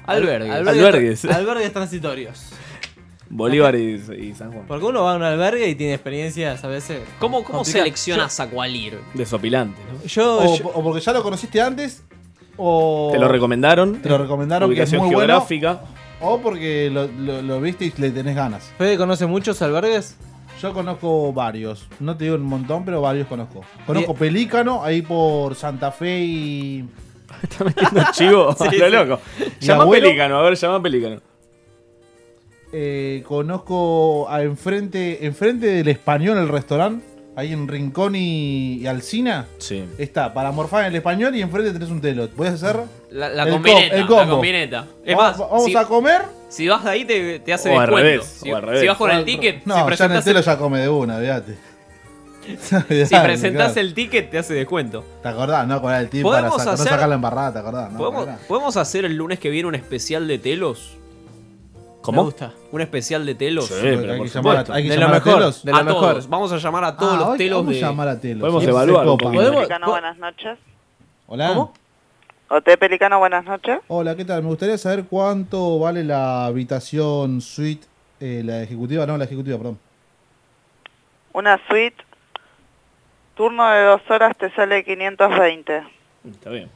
Speaker 10: Albergues.
Speaker 15: Al-
Speaker 16: Albergues.
Speaker 15: Albergues transitorios.
Speaker 16: Bolívar y, y San Juan.
Speaker 15: Porque uno va a un albergue y tiene experiencias a veces.
Speaker 10: ¿Cómo, cómo
Speaker 15: complicadas.
Speaker 10: seleccionas a cuál ir?
Speaker 16: Desopilante, ¿no?
Speaker 15: Yo,
Speaker 11: O,
Speaker 15: yo-
Speaker 11: o porque ya lo conociste antes, o.
Speaker 16: Te lo recomendaron.
Speaker 11: Te lo recomendaron que es
Speaker 16: Ubicación
Speaker 11: muy
Speaker 16: geográfica.
Speaker 11: O porque lo, lo- lo viste y le tenés ganas.
Speaker 15: ¿Fede conoce muchos albergues?
Speaker 11: Yo conozco varios. No te digo un montón, pero varios conozco. Conozco Pelícano, ahí por Santa Fe y.
Speaker 16: No, chivo,
Speaker 11: Sí,
Speaker 16: lo
Speaker 11: sí.
Speaker 16: loco.
Speaker 11: Mi
Speaker 16: Llama
Speaker 11: abuelo-
Speaker 16: Pelícano, a ver, llama Pelícano.
Speaker 11: Eh, conozco a enfrente, enfrente del español el restaurante. Ahí en Rincón y, y Alcina.
Speaker 16: Sí.
Speaker 11: Está, para morfar en el español y enfrente tenés un telot. Puedes hacer.
Speaker 10: La, la
Speaker 11: el com-
Speaker 10: combineta.
Speaker 11: el combo.
Speaker 10: La combineta. Es
Speaker 11: Vamos-
Speaker 10: más,
Speaker 11: vamos
Speaker 10: si,
Speaker 11: a comer.
Speaker 10: si vas de ahí te, te hace
Speaker 16: O al
Speaker 10: descuento.
Speaker 16: revés,
Speaker 10: si,
Speaker 16: o al revés.
Speaker 10: si vas con el ticket,
Speaker 11: No,
Speaker 10: si
Speaker 11: ya en el
Speaker 10: presentas,
Speaker 11: telo ya come de una, olvídate.
Speaker 10: si presentás el ticket, te hace descuento.
Speaker 11: ¿Te acordás? No, con el tipo para
Speaker 10: Podemos
Speaker 11: sacar, no
Speaker 10: hacer-
Speaker 11: sacar la embarrada, ¿te acordás? No,
Speaker 10: ¿Podemos,
Speaker 11: pará.
Speaker 10: podemos hacer el lunes que viene un especial de telos?
Speaker 16: ¿Cómo?
Speaker 15: Me gusta.
Speaker 10: Un especial de telos.
Speaker 16: Sí, pero Hay que por llamar
Speaker 11: a- hay que De llamar lo a mejor, telos. de lo
Speaker 10: A todos.
Speaker 11: mejor.
Speaker 10: Vamos a llamar a
Speaker 11: Ah,
Speaker 10: todos los
Speaker 11: hoy
Speaker 10: telos
Speaker 11: vamos
Speaker 10: de.
Speaker 11: a llamar a telos.
Speaker 16: Podemos
Speaker 11: Sí, se
Speaker 16: evaluar un
Speaker 11: copan.
Speaker 16: poco.
Speaker 15: ¿Podemos-
Speaker 4: Pelicano, buenas noches.
Speaker 11: Hola.
Speaker 4: Hotel Pelicano, buenas noches.
Speaker 11: Hola, ¿qué tal? Me gustaría saber cuánto vale la habitación suite, eh, la ejecutiva, no, la ejecutiva, perdón.
Speaker 4: Una suite, turno de dos horas te sale 520.
Speaker 16: Está bien.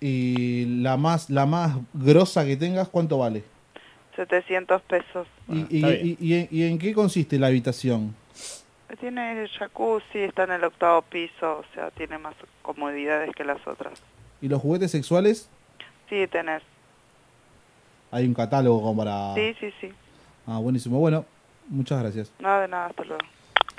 Speaker 11: Y la más, la más grosa que tengas, ¿cuánto vale?
Speaker 4: 700 pesos.
Speaker 11: y,
Speaker 16: está
Speaker 11: y- y- y en- y en qué consiste la habitación?
Speaker 4: Tiene jacuzzi, está en el octavo piso, o sea, tiene más comodidades que las otras.
Speaker 11: ¿Y los juguetes sexuales?
Speaker 4: Sí, tenés.
Speaker 11: Hay un catálogo como para...
Speaker 4: Sí, sí, sí.
Speaker 11: Ah, buenísimo. Bueno, muchas gracias.
Speaker 4: Nada de nada, hasta luego.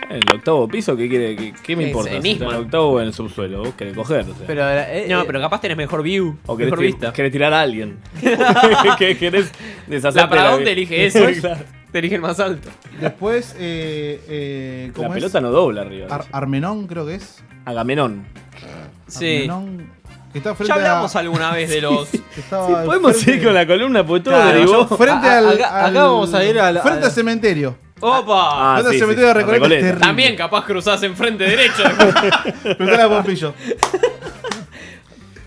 Speaker 16: En el octavo piso, ¿qué quiere? ¿Qué, qué me
Speaker 10: Es
Speaker 16: importa? Si está en
Speaker 10: enigma.
Speaker 16: el octavo o en el subsuelo, vos querés coger, o sea.
Speaker 15: Pero, eh,
Speaker 10: No,
Speaker 15: eh,
Speaker 10: pero capaz tenés mejor view.
Speaker 16: o querés,
Speaker 10: mejor
Speaker 16: ti-
Speaker 10: vista.
Speaker 16: querés tirar a alguien. ¿Qué querés deshacerte
Speaker 10: La para
Speaker 16: de
Speaker 10: dónde elige eso. Te elige el más alto.
Speaker 11: Después, eh, eh, ¿cómo
Speaker 16: La
Speaker 11: es?
Speaker 16: pelota no dobla arriba.
Speaker 11: Ar- Armenón creo que es.
Speaker 16: Agamenón.
Speaker 10: Sí.
Speaker 11: Armenón, que está frente
Speaker 10: Ya hablamos
Speaker 11: a...
Speaker 10: alguna vez de los.
Speaker 11: que estaba
Speaker 16: Podemos
Speaker 11: frente-
Speaker 16: ir con la columna, pues todo
Speaker 10: Claro,
Speaker 16: derivó.
Speaker 10: yo-
Speaker 11: Frente
Speaker 10: A-
Speaker 11: al,
Speaker 10: acá- acá
Speaker 11: al-
Speaker 10: vamos a ir al-
Speaker 11: Frente
Speaker 10: al-
Speaker 11: al cementerio.
Speaker 10: ¡Opa!
Speaker 16: Ah,
Speaker 11: Frente
Speaker 16: sí,
Speaker 11: al
Speaker 16: sí,
Speaker 11: cementerio de Recoleta.
Speaker 16: Recoleta.
Speaker 11: es terrible.
Speaker 10: También capaz cruzás enfrente derecho.
Speaker 11: Preguntale a Pompillo.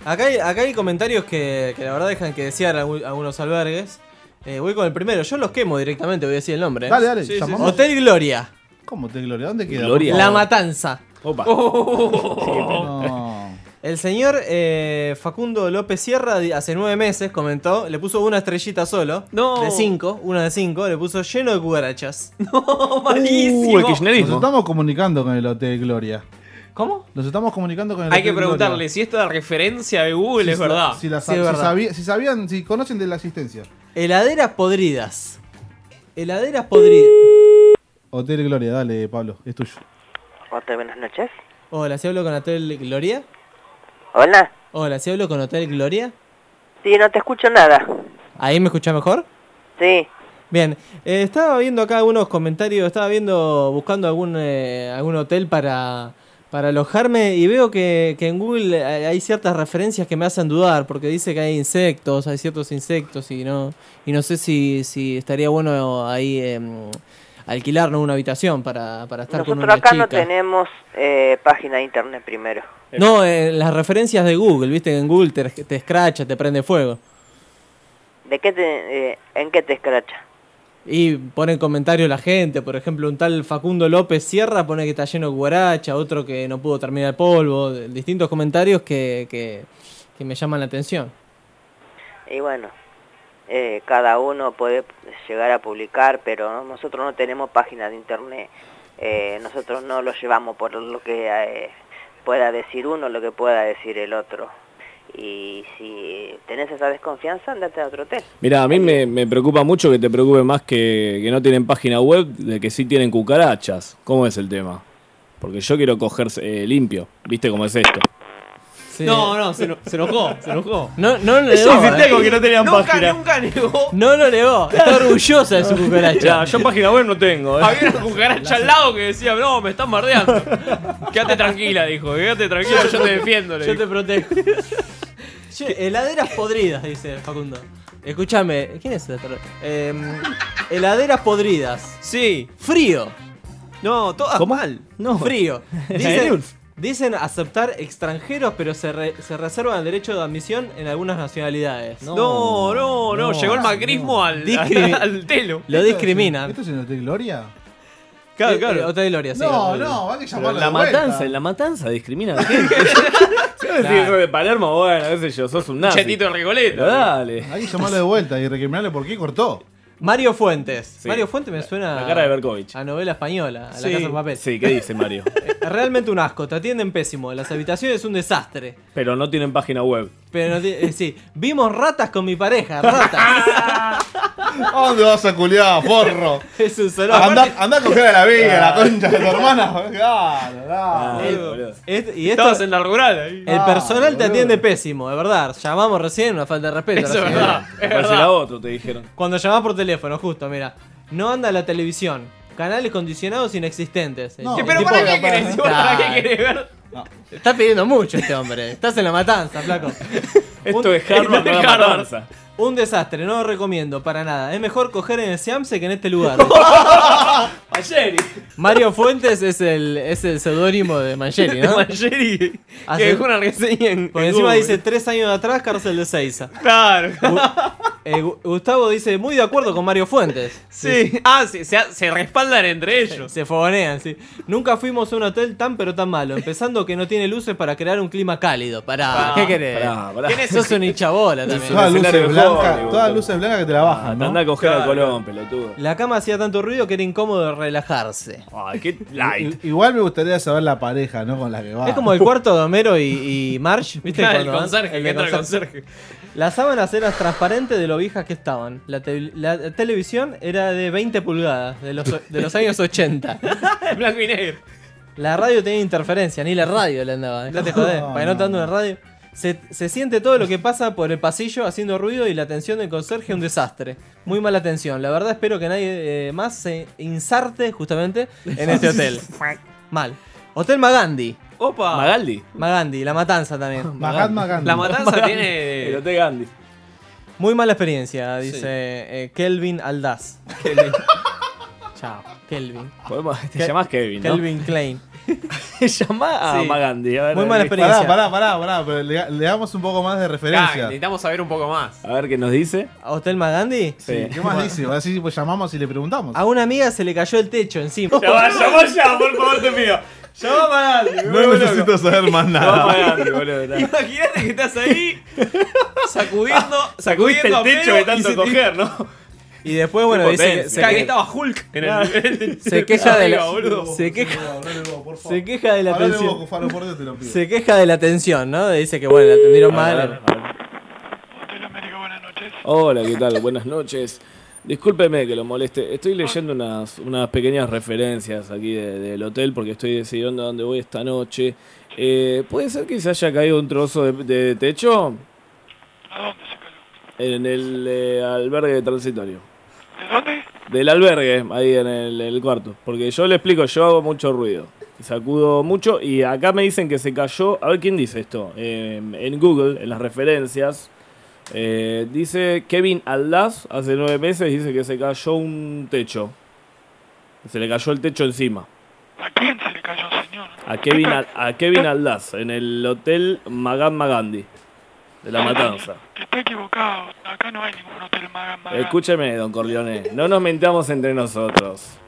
Speaker 15: Acá hay, acá hay comentarios que, que la verdad dejan que desear algu- algunos albergues. Eh, voy con el primero, yo los quemo directamente, voy a decir el nombre. ¿eh?
Speaker 11: Dale, dale,
Speaker 15: Sí, sí,
Speaker 11: llamamos.
Speaker 15: sí. Hotel Gloria,
Speaker 11: ¿Cómo te Gloria? ¿Dónde queda?
Speaker 16: Gloria.
Speaker 11: por
Speaker 15: La
Speaker 11: favor?
Speaker 15: Matanza.
Speaker 16: Opa.
Speaker 10: Oh.
Speaker 11: No.
Speaker 15: El señor eh, Facundo López Sierra di- hace nueve meses comentó, le puso una estrellita solo,
Speaker 10: No.
Speaker 15: de cinco, una de cinco, le puso lleno de cucarachas.
Speaker 10: No,
Speaker 16: Uh, el
Speaker 10: malísimo.
Speaker 11: Nos
Speaker 16: kirchnerismo.
Speaker 11: estamos comunicando con el Hotel Gloria.
Speaker 15: ¿Cómo?
Speaker 11: Nos estamos comunicando con el
Speaker 10: Hay que
Speaker 11: Hotel Gloria.
Speaker 10: preguntarle si esta referencia de Google
Speaker 11: Si
Speaker 10: es
Speaker 11: sa-
Speaker 10: verdad.
Speaker 11: Si, la
Speaker 15: Sí,
Speaker 11: sa-
Speaker 15: es
Speaker 11: si
Speaker 15: verdad.
Speaker 11: sabía- si sabían, si conocen de la asistencia.
Speaker 15: Heladeras podridas. Heladeras podridas.
Speaker 11: Hotel Gloria, dale, Pablo, es tuyo.
Speaker 21: Hola, buenas noches.
Speaker 15: Hola, ¿se hablo con Hotel Gloria?
Speaker 21: Hola.
Speaker 15: Hola, ¿se hablo con Hotel Gloria?
Speaker 21: Sí, no te escucho nada.
Speaker 15: ¿Ahí me escuchás mejor?
Speaker 21: Sí.
Speaker 15: Bien, eh, estaba viendo acá algunos comentarios, estaba viendo, buscando algún, eh, algún hotel para, para alojarme y veo que, que en Google hay hay ciertas referencias que me hacen dudar, porque dice que hay insectos, hay ciertos insectos y no, y no sé si, si estaría bueno ahí eh, alquilarnos una habitación para, para estar con
Speaker 21: Nosotros
Speaker 15: una
Speaker 21: acá
Speaker 15: chica.
Speaker 21: no tenemos eh, página de internet primero.
Speaker 15: No, eh, las referencias de Google, viste que en Google te, te escracha, te prende fuego.
Speaker 21: ¿De qué te, eh, ¿En qué te escracha?
Speaker 15: Y ponen comentarios la gente, por ejemplo, un tal Facundo López Sierra pone que está lleno de guaracha, otro que no pudo terminar el polvo, de- distintos comentarios que, que, que me llaman la atención.
Speaker 21: Y bueno, eh, cada uno puede llegar a publicar, pero nosotros no tenemos página de internet. Eh, nosotros no lo llevamos por lo que eh, pueda decir uno, lo que pueda decir el otro. Y si tenés esa desconfianza, andate a otro hotel.
Speaker 16: Mira, a mí me, me preocupa mucho que te preocupe más que, que no tienen página web, de que sí tienen cucarachas. ¿Cómo es el tema? Porque yo quiero coger eh, limpio. ¿Viste cómo es esto?
Speaker 10: No, no, se, eno- se enojó, se enojó.
Speaker 15: No, no lo
Speaker 10: Ella
Speaker 15: negó.
Speaker 10: dice
Speaker 15: eh.
Speaker 10: algo que no tenían
Speaker 15: Nunca,
Speaker 10: página.
Speaker 15: Nunca negó. No lo negó. Está orgullosa de su cucaracha.
Speaker 10: Mirá, yo página web no tengo. ¿eh?
Speaker 15: Había
Speaker 10: una cucaracha al lado que decía, no, me están bardeando. Quédate tranquila, dijo. Quédate tranquila, yo te defiendo.
Speaker 15: Yo te protejo. Che, heladeras podridas, dice Facundo. Escúchame, ¿quién es el otro? Em, heladeras podridas.
Speaker 10: Sí.
Speaker 15: Frío.
Speaker 10: No, todas mal. No.
Speaker 15: Frío.
Speaker 10: Dicen-
Speaker 15: Dicen, dicen aceptar extranjeros, pero se, re- se reservan el derecho de admisión en algunas nacionalidades.
Speaker 10: No, no, no, llegó el macrismo al,
Speaker 15: Discrimi-
Speaker 10: al, al telo.
Speaker 15: Lo discriminan.
Speaker 11: ¿Esto es en Hotel Gloria?
Speaker 10: Claro, claro.
Speaker 15: Eh, eh, Hotel Gloria, sí.
Speaker 11: No, no, hay que
Speaker 16: Pero
Speaker 11: llamarla
Speaker 16: la
Speaker 11: de vuelta.
Speaker 16: matanza, en la matanza discrimina a la gente. Yo decía, "Sos de Palermo, bueno, qué sé yo, sos un nazi.
Speaker 10: Chetito en Recoleta.
Speaker 16: Pero dale.
Speaker 11: Hay que llamarlo de vuelta y recriminarle por qué cortó.
Speaker 15: Mario Fuentes.
Speaker 11: Sí.
Speaker 15: Mario Fuentes me suena
Speaker 11: la cara de
Speaker 16: Berkovich.
Speaker 15: a novela española, a
Speaker 16: Sí.
Speaker 15: la casa de papel. Eh,
Speaker 16: Sí, ¿qué dice Mario?
Speaker 15: Realmente un asco, te atienden pésimo, las habitaciones un desastre.
Speaker 16: Pero no tienen página web.
Speaker 15: Pero no tiene- eh, sí, vimos ratas con mi pareja, ratas.
Speaker 11: ¿A dónde vas a culiar, porro?
Speaker 15: es un solo.
Speaker 11: Andá,
Speaker 15: Aparte-
Speaker 11: andá a coger a la vega, la concha de tu hermana. Claro, claro.
Speaker 15: El- Eh, es- y esto-
Speaker 10: Estabas en la rural ahí.
Speaker 11: Ah,
Speaker 15: El personal te atiende pésimo, de verdad. Llamamos recién, una falta de respeto.
Speaker 10: Eso es
Speaker 15: recién.
Speaker 10: verdad. Es
Speaker 16: Parece la otro, te dijeron.
Speaker 15: Cuando llamás por teléfono, justo, mira. No anda la televisión. Canales condicionados inexistentes.
Speaker 10: No.
Speaker 15: El
Speaker 10: Pero
Speaker 15: tipo-
Speaker 10: ¿para qué querés? ¿Para
Speaker 15: Claro.
Speaker 10: qué querés ver?
Speaker 15: Está pidiendo mucho este hombre. Estás en la matanza, flaco.
Speaker 16: Esto es Harvard, no es matanza.
Speaker 15: Un desastre, no lo recomiendo para nada. Es mejor coger en el Siamse que en este lugar.
Speaker 10: Ayer.
Speaker 15: Mario Fuentes es el, es el seudónimo de Mangeri, ¿no?
Speaker 10: De Mangieri, que
Speaker 15: Hace-
Speaker 10: dejó una reseña en-
Speaker 15: Porque
Speaker 10: en
Speaker 15: encima
Speaker 10: Google.
Speaker 15: dice tres años de atrás, cárcel de Seiza. eh,
Speaker 10: Claro.
Speaker 15: Gustavo dice, muy de acuerdo con Mario Fuentes.
Speaker 10: Sí. Ah, sí, se, se respaldan entre ellos.
Speaker 15: Se fogonean, sí. Nunca fuimos a un hotel tan pero tan malo, empezando que no tiene luces para crear un clima cálido. Pará,
Speaker 10: Pará,
Speaker 16: Ah,
Speaker 15: ¿qué querés?
Speaker 10: pará, pará.
Speaker 15: ¿Quién es? Sos un hinchabola también.
Speaker 11: Todas luces,
Speaker 16: escenario
Speaker 11: blancas,
Speaker 16: Hollywood.
Speaker 11: todas luces blancas que te la bajan, ¿no?
Speaker 16: Ah, Andá a coger
Speaker 11: Claro.
Speaker 16: al Colón, pelotudo.
Speaker 15: La cama hacía tanto ruido que era incómodo de relajarse.
Speaker 16: Ay, qué light.
Speaker 11: I- Igual me gustaría saber la pareja, ¿no? Con la que va.
Speaker 15: Es como el cuarto de Homero y, y Marge, ¿viste?
Speaker 10: Ah. Claro,
Speaker 15: Cuando
Speaker 10: el
Speaker 15: van-
Speaker 10: conserje,
Speaker 15: el
Speaker 10: que entra el
Speaker 15: conserje. Las sábanas eran transparentes de lo viejas que estaban. La, te- la televisión era de 20 pulgadas, de los, de los años 80.
Speaker 10: Blanco y negro.
Speaker 15: La radio tenía interferencia, ni la radio le andaba. Dejate joder,
Speaker 10: No,
Speaker 15: para que no te ande una radio. Se, se siente todo lo que pasa por el pasillo haciendo ruido y la atención del conserje un desastre. Muy mala atención. La verdad espero que nadie eh, más se insarte justamente en este hotel. Mal. Hotel Magandhi.
Speaker 10: Opa.
Speaker 16: Magaldi.
Speaker 15: Magandhi, La Matanza también.
Speaker 11: Mahatma Gandhi.
Speaker 15: La Matanza
Speaker 10: Magaldi.
Speaker 15: tiene-
Speaker 16: El Hotel Gandhi.
Speaker 15: Muy mala experiencia,
Speaker 10: Sí.
Speaker 15: dice eh, Kelvin Aldaz. Chao, Kelvin.
Speaker 16: Podemos- Te
Speaker 15: Ke-
Speaker 16: llamás Kevin, ¿no?
Speaker 15: Kelvin Klein.
Speaker 16: Llamá a
Speaker 15: Sí.
Speaker 16: Magandi. A ver,
Speaker 15: Muy mala
Speaker 16: eh,
Speaker 15: experiencia.
Speaker 11: Pará, pará, pará, pero le, le damos un poco más de
Speaker 10: Ah,
Speaker 11: referencia.
Speaker 10: necesitamos saber un poco más.
Speaker 16: A ver qué nos dice.
Speaker 15: ¿Hotel Magandhi?
Speaker 11: Sí, ¿Qué más dice? Así pues, llamamos y le preguntamos.
Speaker 15: A una amiga se le cayó el techo encima.
Speaker 11: Ya va, ya va,
Speaker 16: ya, por favor te pido. Llama a Magandi.
Speaker 11: No necesito saber más nada.
Speaker 16: Llama a Magandi, boludo. dale.
Speaker 10: Imagínate que estás ahí sacudiendo,
Speaker 16: Sacudiste
Speaker 10: sacudiendo
Speaker 16: el
Speaker 10: a
Speaker 16: techo
Speaker 10: pedo
Speaker 16: de
Speaker 10: y
Speaker 16: tanto
Speaker 10: se-
Speaker 16: coger, ¿no?
Speaker 15: Y después, bueno,
Speaker 16: Qué
Speaker 15: dice que
Speaker 16: potencia.
Speaker 15: se,
Speaker 10: Cada
Speaker 15: que-
Speaker 10: que estaba Hulk en
Speaker 15: Claro.
Speaker 10: el.
Speaker 15: se queja de la,
Speaker 10: Arriba, boludo.
Speaker 15: se queja, se queja de la
Speaker 11: Hablale
Speaker 15: atención.
Speaker 11: vos, Cufaro, por Dios te lo pido.
Speaker 15: Se queja de la atención, ¿no? Dice que bueno, la atendieron mal.
Speaker 16: Hola, ¿qué tal? Buenas noches. Discúlpeme que lo moleste. Estoy leyendo unas, unas pequeñas referencias aquí de- del hotel porque estoy decidiendo a dónde voy esta noche. Eh, ¿Puede ser que se haya caído un trozo de, de techo?
Speaker 7: ¿A dónde se cayó?
Speaker 16: En el eh, albergue transitorio.
Speaker 7: ¿De dónde?
Speaker 16: Del albergue, ahí en el, el cuarto. Porque yo le explico, yo hago mucho ruido. Sacudo mucho y acá me dicen que se cayó. A ver quién dice esto. Eh, en Google, en las referencias. eh, dice Kevin Aldaz, hace nueve meses, dice que se cayó un techo. Se le cayó el techo encima.
Speaker 7: le cayó, señor.
Speaker 16: A Kevin, Al- a Kevin Aldaz, en el hotel Mahatma Gandhi. De la matanza.
Speaker 7: Está equivocado. Acá no hay ningún hotel Magan
Speaker 10: Eh,
Speaker 7: Magan.
Speaker 16: Escúcheme, don Corleone. No nos mentamos entre nosotros.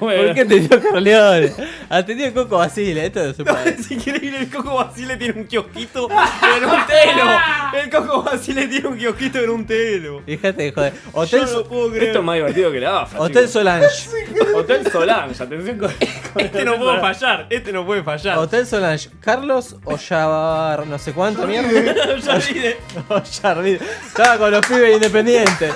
Speaker 15: ¿Por qué te dio Corleone? Atendió el Coco Basile, esto no se puede.
Speaker 10: Si quiere ir el Coco Basile tiene un kiosquito en un telo. El Coco Basile tiene un kiosquito en un telo.
Speaker 15: Fíjate, de joder. Hotel,
Speaker 10: Yo no puedo creer.
Speaker 16: Esto es más divertido que la AFA.
Speaker 15: Hotel Solange.
Speaker 16: Hotel Solange, atención con.
Speaker 10: Este no puede fallar, este no puede fallar.
Speaker 15: Hotel Solange. Carlos Ollavar, no sé cuánto, mierda.
Speaker 10: Ollarvide.
Speaker 15: Ollarvide. Estaba con los pibes independientes.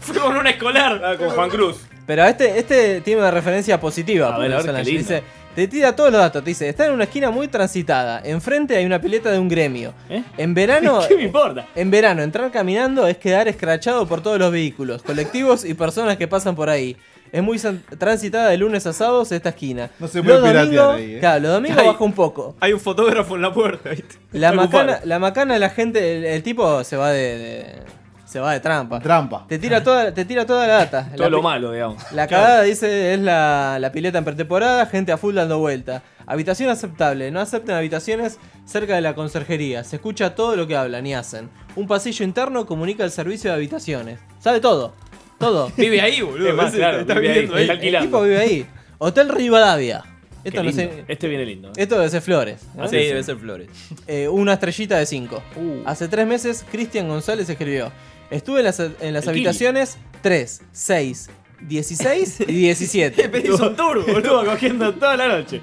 Speaker 10: Fue con un escolar.
Speaker 15: Ah,
Speaker 16: con Juan Cruz.
Speaker 15: Pero este, este tiene una referencia positiva. porque
Speaker 10: ver, a ver,
Speaker 15: Solange
Speaker 10: qué lindo.
Speaker 15: dice, te tira todos los datos. Te dice, está en una esquina muy transitada. Enfrente hay una pileta de un gremio. En verano...
Speaker 10: ¿Eh? ¿Qué me importa?
Speaker 15: En verano, entrar caminando es quedar escrachado por todos los vehículos, colectivos y personas que pasan por ahí. Es muy san- transitada de lunes a sábados esta esquina. No
Speaker 11: se puede piratear ahí, eh.
Speaker 15: Claro, los domingos
Speaker 10: Ay.
Speaker 15: baja un poco.
Speaker 10: Hay un fotógrafo en la puerta, ¿viste?
Speaker 15: La
Speaker 10: Está
Speaker 15: macana,
Speaker 10: ocupado.
Speaker 15: la macana, la gente, el, el tipo se va de, de- se va de trampa.
Speaker 11: Trampa.
Speaker 15: Te tira toda, te tira toda la data.
Speaker 16: Todo
Speaker 15: La
Speaker 16: lo
Speaker 15: pi-
Speaker 16: malo, digamos.
Speaker 15: La cagada dice es la, la pileta en pretemporada, gente a full dando vuelta. Habitación aceptable, no acepten habitaciones cerca de la conserjería. Se escucha todo lo que hablan y hacen. Un pasillo interno comunica el servicio de habitaciones. Sabe todo, todo.
Speaker 10: Vive ahí, boludo.
Speaker 16: Es más,
Speaker 10: Ese
Speaker 16: claro,
Speaker 10: está
Speaker 16: vive ahí,
Speaker 10: viviendo ahí.
Speaker 16: está
Speaker 15: El
Speaker 16: alquilando.
Speaker 15: tipo vive ahí. Hotel Rivadavia.
Speaker 16: Qué
Speaker 15: Esto, no
Speaker 16: lindo.
Speaker 15: sé-
Speaker 16: Este viene lindo. ¿eh?
Speaker 15: esto debe ser Flores. ¿no?
Speaker 10: Ah, sí, debe ser Uh. Flores.
Speaker 15: Eh, una estrellita de 5. Hace tres meses, Cristian González escribió: Estuve en las, en las
Speaker 10: El
Speaker 15: habitaciones 3, 6, 16 y 17.
Speaker 10: Pedís un tour, boludo, cogiendo toda la noche.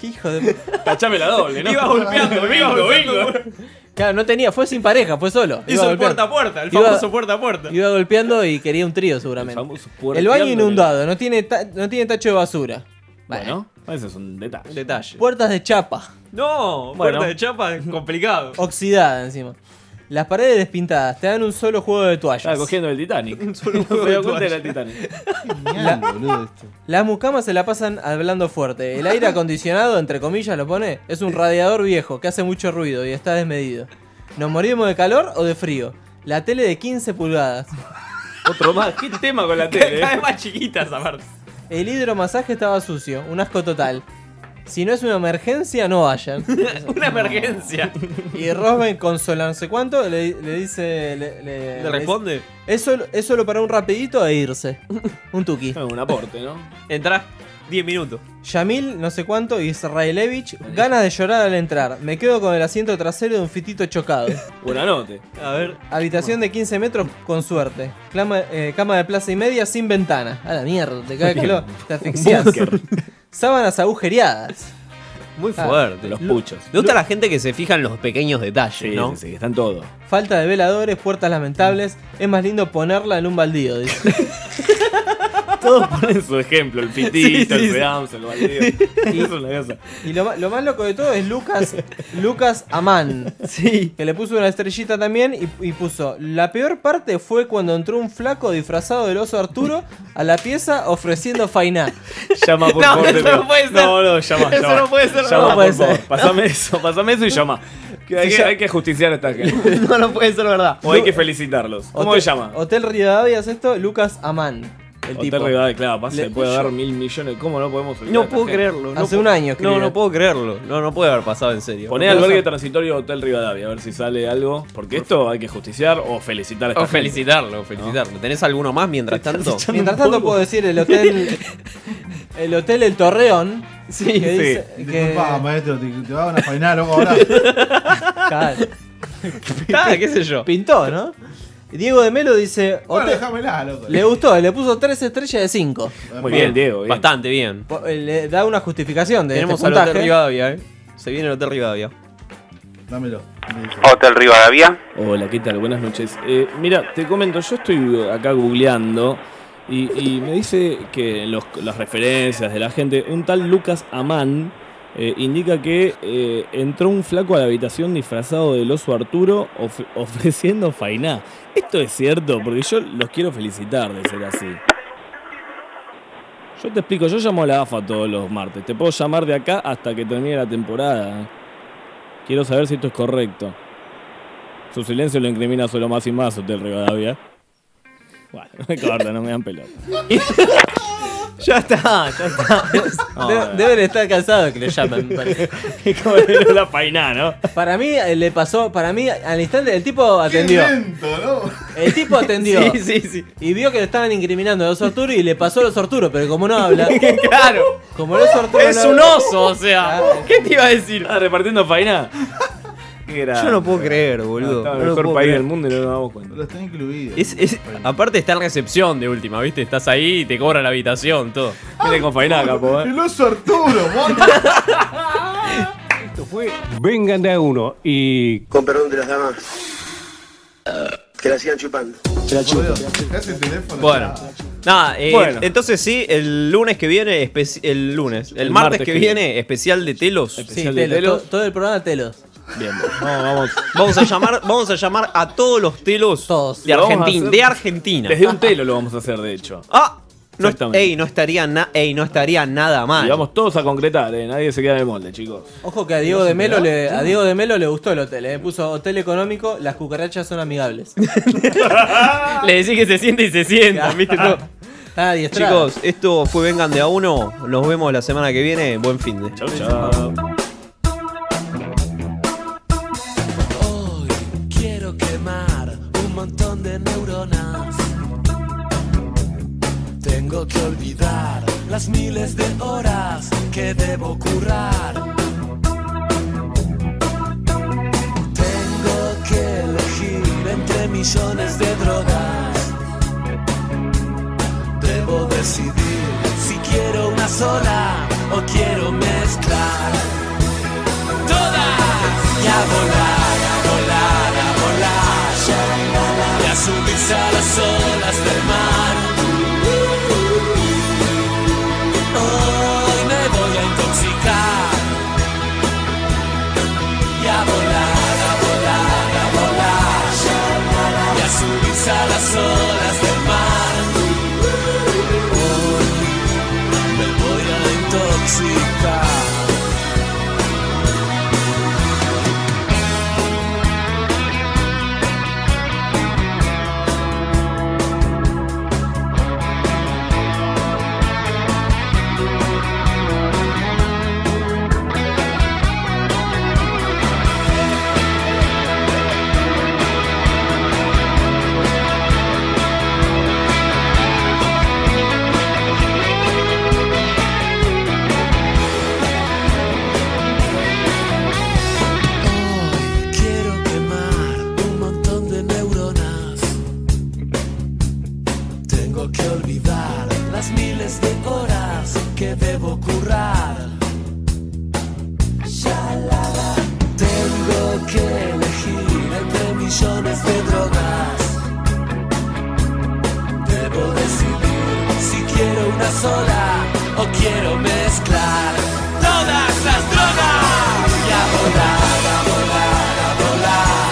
Speaker 15: ¿Qué hijo de.?
Speaker 16: Tachame la doble, ¿no?
Speaker 10: Iba golpeando,
Speaker 16: Iba
Speaker 10: bingo, bingo.
Speaker 15: Claro, no tenía, fue sin pareja, fue solo. Iba
Speaker 10: Hizo el
Speaker 15: golpeando.
Speaker 10: puerta a puerta, el
Speaker 15: Iba-
Speaker 10: famoso puerta a puerta.
Speaker 15: Iba golpeando y quería un trío, seguramente. El,
Speaker 16: puerteando
Speaker 15: baño
Speaker 16: que-
Speaker 15: inundado, no tiene, ta- no tiene tacho de basura.
Speaker 16: Bueno, ese es un detalle.
Speaker 10: Detalle.
Speaker 15: Puertas de chapa,
Speaker 10: No,
Speaker 15: Bueno.
Speaker 10: puerta de chapa, complicado.
Speaker 15: oxidada encima. Las paredes despintadas, te dan un solo juego de toallas.
Speaker 16: Estaba cogiendo el Titanic.
Speaker 10: Solo
Speaker 16: No
Speaker 10: juego de
Speaker 16: me dio cuenta
Speaker 10: toalla.
Speaker 16: era el Titanic.
Speaker 15: Las mucamas se la pasan hablando fuerte. El aire acondicionado, entre comillas, lo pone, es un radiador viejo que hace mucho ruido y está desmedido. ¿Nos morimos de calor o de frío? La tele de 15 pulgadas.
Speaker 16: Otro más. ¿Qué tema con la tele? eh?
Speaker 10: Cada vez más chiquita esa parte.
Speaker 15: El hidromasaje estaba sucio, un asco total. Si no es una emergencia, no vayan.
Speaker 10: Una emergencia.
Speaker 15: Y Rosben, consolarse cuánto, le, le dice. Le, le-
Speaker 10: ¿Le responde?
Speaker 15: Es solo, es solo para un rapidito e irse. Un tuki.
Speaker 16: Un aporte, ¿no?
Speaker 10: Entrás 10 minutos.
Speaker 15: Yamil, no sé cuánto, Israelevich, ganas de llorar al entrar. Me quedo con el asiento trasero de un fitito chocado.
Speaker 16: Buena noche.
Speaker 10: A ver.
Speaker 15: Habitación de 15 metros con suerte. Clama- eh, cama de plaza y media sin ventana. A la mierda, te cae calor, te asfixias. Sábanas agujereadas.
Speaker 10: Muy
Speaker 15: Ah,
Speaker 10: fuerte.
Speaker 16: Los
Speaker 15: Lu-
Speaker 16: puchos.
Speaker 10: Me gusta la gente que se fija en los pequeños detalles,
Speaker 16: Sí,
Speaker 10: ¿no?
Speaker 16: sí, sí, están todos.
Speaker 15: Falta de veladores, puertas lamentables. Es más lindo ponerla en un baldío. dice.
Speaker 16: Todos ponen su ejemplo, el pitito,
Speaker 10: Sí, sí,
Speaker 16: el
Speaker 10: sí.
Speaker 16: pedamso, el baldío. Eso es una cosa.
Speaker 15: Y lo, ma- lo más loco de todo es Lucas, Lucas Amán.
Speaker 10: Sí.
Speaker 15: Que le puso una estrellita también y, y puso. La peor parte fue cuando entró un flaco disfrazado del oso Arturo a la pieza ofreciendo fainá.
Speaker 16: Llama por
Speaker 10: No,
Speaker 16: favor.
Speaker 10: eso
Speaker 16: te pido.
Speaker 10: no puede ser.
Speaker 16: No, no, llama,
Speaker 10: Eso
Speaker 16: llama.
Speaker 10: no puede ser,
Speaker 16: Llama,
Speaker 10: no
Speaker 16: por
Speaker 15: puede
Speaker 16: favor.
Speaker 15: ser.
Speaker 16: Pasame eso, pasame eso y llama. Que hay,
Speaker 15: Sí,
Speaker 16: que,
Speaker 15: ya-
Speaker 16: hay que justiciar a esta gente.
Speaker 10: No, no puede ser verdad.
Speaker 16: O hay que felicitarlos. ¿Cómo se
Speaker 15: Hotel-
Speaker 16: llama?
Speaker 15: Hotel Rivadavia es esto, Lucas Amán. El
Speaker 16: Hotel
Speaker 15: tipo.
Speaker 16: Rivadavia, claro, pasa,
Speaker 15: Le-
Speaker 16: le puede dar mil millones. ¿Cómo no podemos olvidar a
Speaker 10: No
Speaker 16: esta
Speaker 10: puedo
Speaker 16: gente?
Speaker 10: creerlo. no
Speaker 15: Hace
Speaker 10: puedo-
Speaker 15: un año escribió.
Speaker 10: No, no puedo creerlo. No, no puede haber pasado en serio.
Speaker 16: Poné albergue transitorio Hotel Rivadavia, a ver si sale algo. Porque esto hay que justiciar o felicitar a esta
Speaker 10: O
Speaker 16: gente.
Speaker 10: felicitarlo, felicitarlo. ¿Tenés alguno más mientras tanto?
Speaker 15: Mientras tanto puedo decir el hotel. El hotel El Torreón.
Speaker 10: Sí,
Speaker 15: que
Speaker 10: sí.
Speaker 15: dice Eh, que-
Speaker 11: Disculpa, maestro, te, te va a una faena, loco, ahora.
Speaker 15: Claro.
Speaker 10: Ah, qué sé yo.
Speaker 15: Pintó, ¿no? Diego de Melo dice.
Speaker 11: Bueno,
Speaker 15: hotel-
Speaker 11: déjamela, loco.
Speaker 15: Le gustó, le puso tres estrellas de 5.
Speaker 16: Muy bien, Diego. bien.
Speaker 10: Bastante bien.
Speaker 15: Le da una justificación de
Speaker 10: Tenemos
Speaker 15: este
Speaker 10: al Hotel
Speaker 15: puntaje.
Speaker 10: Rivadavia, ¿eh? Se viene el Hotel Rivadavia.
Speaker 11: Dámelo. me dice.
Speaker 8: Hotel Rivadavia.
Speaker 16: Hola, ¿qué tal? Buenas noches. Eh, mira, te comento, yo estoy acá googleando y, y me dice que en los- las referencias de la gente, un tal Lucas Amán eh, indica que eh, entró un flaco a la habitación disfrazado del oso Arturo of- ofreciendo fainá. Esto es cierto, porque yo los quiero felicitar de ser así. Yo te explico, yo llamo a la AFA todos los martes. Te puedo llamar de acá hasta que termine la temporada. Quiero saber si esto es correcto. Su silencio lo incrimina solo más y más, Hotel Rivadavia. Bueno, me corto, no me dan pelota.
Speaker 10: Ya está, ya está. De-
Speaker 16: bueno.
Speaker 10: deben estar cansados que le llamen. me parece.
Speaker 16: la painá, ¿no?
Speaker 15: Para mí eh, le pasó, para mí al instante el tipo atendió. El tipo atendió.
Speaker 10: Sí, sí, sí.
Speaker 15: Y vio que lo estaban incriminando a los Arturo y le pasó a los Arturo, pero como no habla.
Speaker 10: claro.
Speaker 15: Como los Arturo.
Speaker 10: Es un oso, o sea. ¿Qué te iba a decir?
Speaker 16: Ah, repartiendo painá.
Speaker 10: Yo no puedo creer, boludo.
Speaker 16: Estaba
Speaker 10: No lo
Speaker 16: en Ah, el mejor
Speaker 10: puedo
Speaker 16: país
Speaker 10: creer.
Speaker 16: del mundo y no nos damos cuenta.
Speaker 11: Lo están incluido.
Speaker 10: Es- es- aparte está en recepción de última, ¿viste? Estás ahí y te cobra la habitación, todo.
Speaker 16: Viene con Fainá, capo, ¿eh?
Speaker 11: El oso Arturo, mono.
Speaker 8: Esto fue Vengan de a uno y.
Speaker 5: Con perdón de las damas. Que la sigan chupando.
Speaker 10: Bueno. Nada, eh,
Speaker 16: Bueno.
Speaker 10: entonces sí, el lunes que viene, especi- el lunes, el, martes, que, viene, especial de Telos.
Speaker 15: Sí, Telos, to- Todo el programa Telos.
Speaker 16: Bien, no, vamos.
Speaker 10: Vamos a llamar, vamos a llamar a todos los telos de
Speaker 16: Lo vamos a
Speaker 10: Argentina,
Speaker 16: hacer
Speaker 10: de Argentina.
Speaker 16: Desde un telo lo vamos a hacer, de hecho.
Speaker 10: Ah, no,
Speaker 16: Exactamente.
Speaker 10: ey, no estaría na- ey, no estaría nada mal.
Speaker 16: Y vamos todos a concretar, eh. Nadie se queda en el molde, chicos.
Speaker 15: Ojo que a Diego de Melo le, a Diego de Melo le gustó el hotel, eh. puso hotel económico, las cucarachas son amigables.
Speaker 10: Le decís que se siente y se sienta, ¿viste? Todo.
Speaker 15: Ah, y Estrada.
Speaker 10: Chicos, esto fue Vengan de a uno. Nos vemos la semana que viene. Buen fin de.
Speaker 16: Chau, chau.
Speaker 9: Quiero quemar un montón de neuronas. Tengo que olvidar las miles de horas que debo currar. Tengo que elegir entre millones de drogas. Debo decidir si quiero una sola o quiero mezclar. Todas y a volar, a volar, a volar. Y a subirse a las olas del mar. Hoy me voy a intoxicar. Y a volar, a volar, a volar. Y a subirse a las olas del mar. Hoy me voy a intoxicar. Quiero quemar un montón de neuronas. Tengo que olvidar las miles de horas que debo currar. Shalala. Tengo que elegir entre millones de drogas. Debo decidir si quiero una sola o quiero mezclar todas las drogas y a volar, a volar, a volar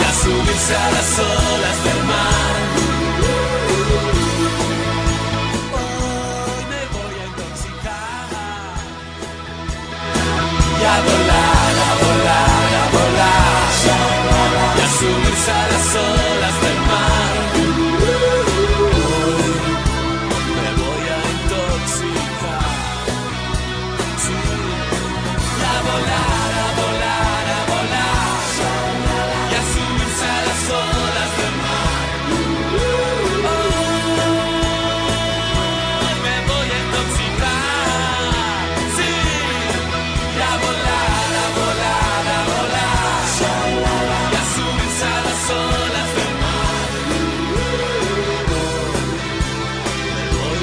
Speaker 9: y a subirse a las olas del mar. Hoy me voy a intoxicar y a volar, a volar, a volar y a subirse a las olas del mar. Hoy me voy a intoxicar. Sí. Y a volar, a volar, a volar y a subirse a las olas del mar. Hoy me voy a intoxicar. Sí. Y a volar, a volar, a volar y a subirse a las olas del mar. Me voy a intoxicar.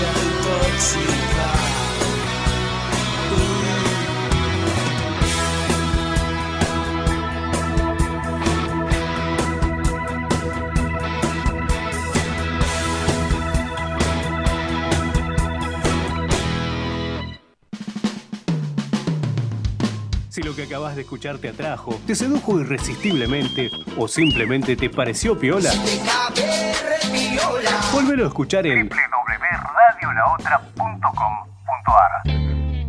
Speaker 8: Si lo que acabas de escuchar te atrajo, te sedujo irresistiblemente o simplemente te pareció piola, volvelo a escuchar en www.radiolaotra.com.ar.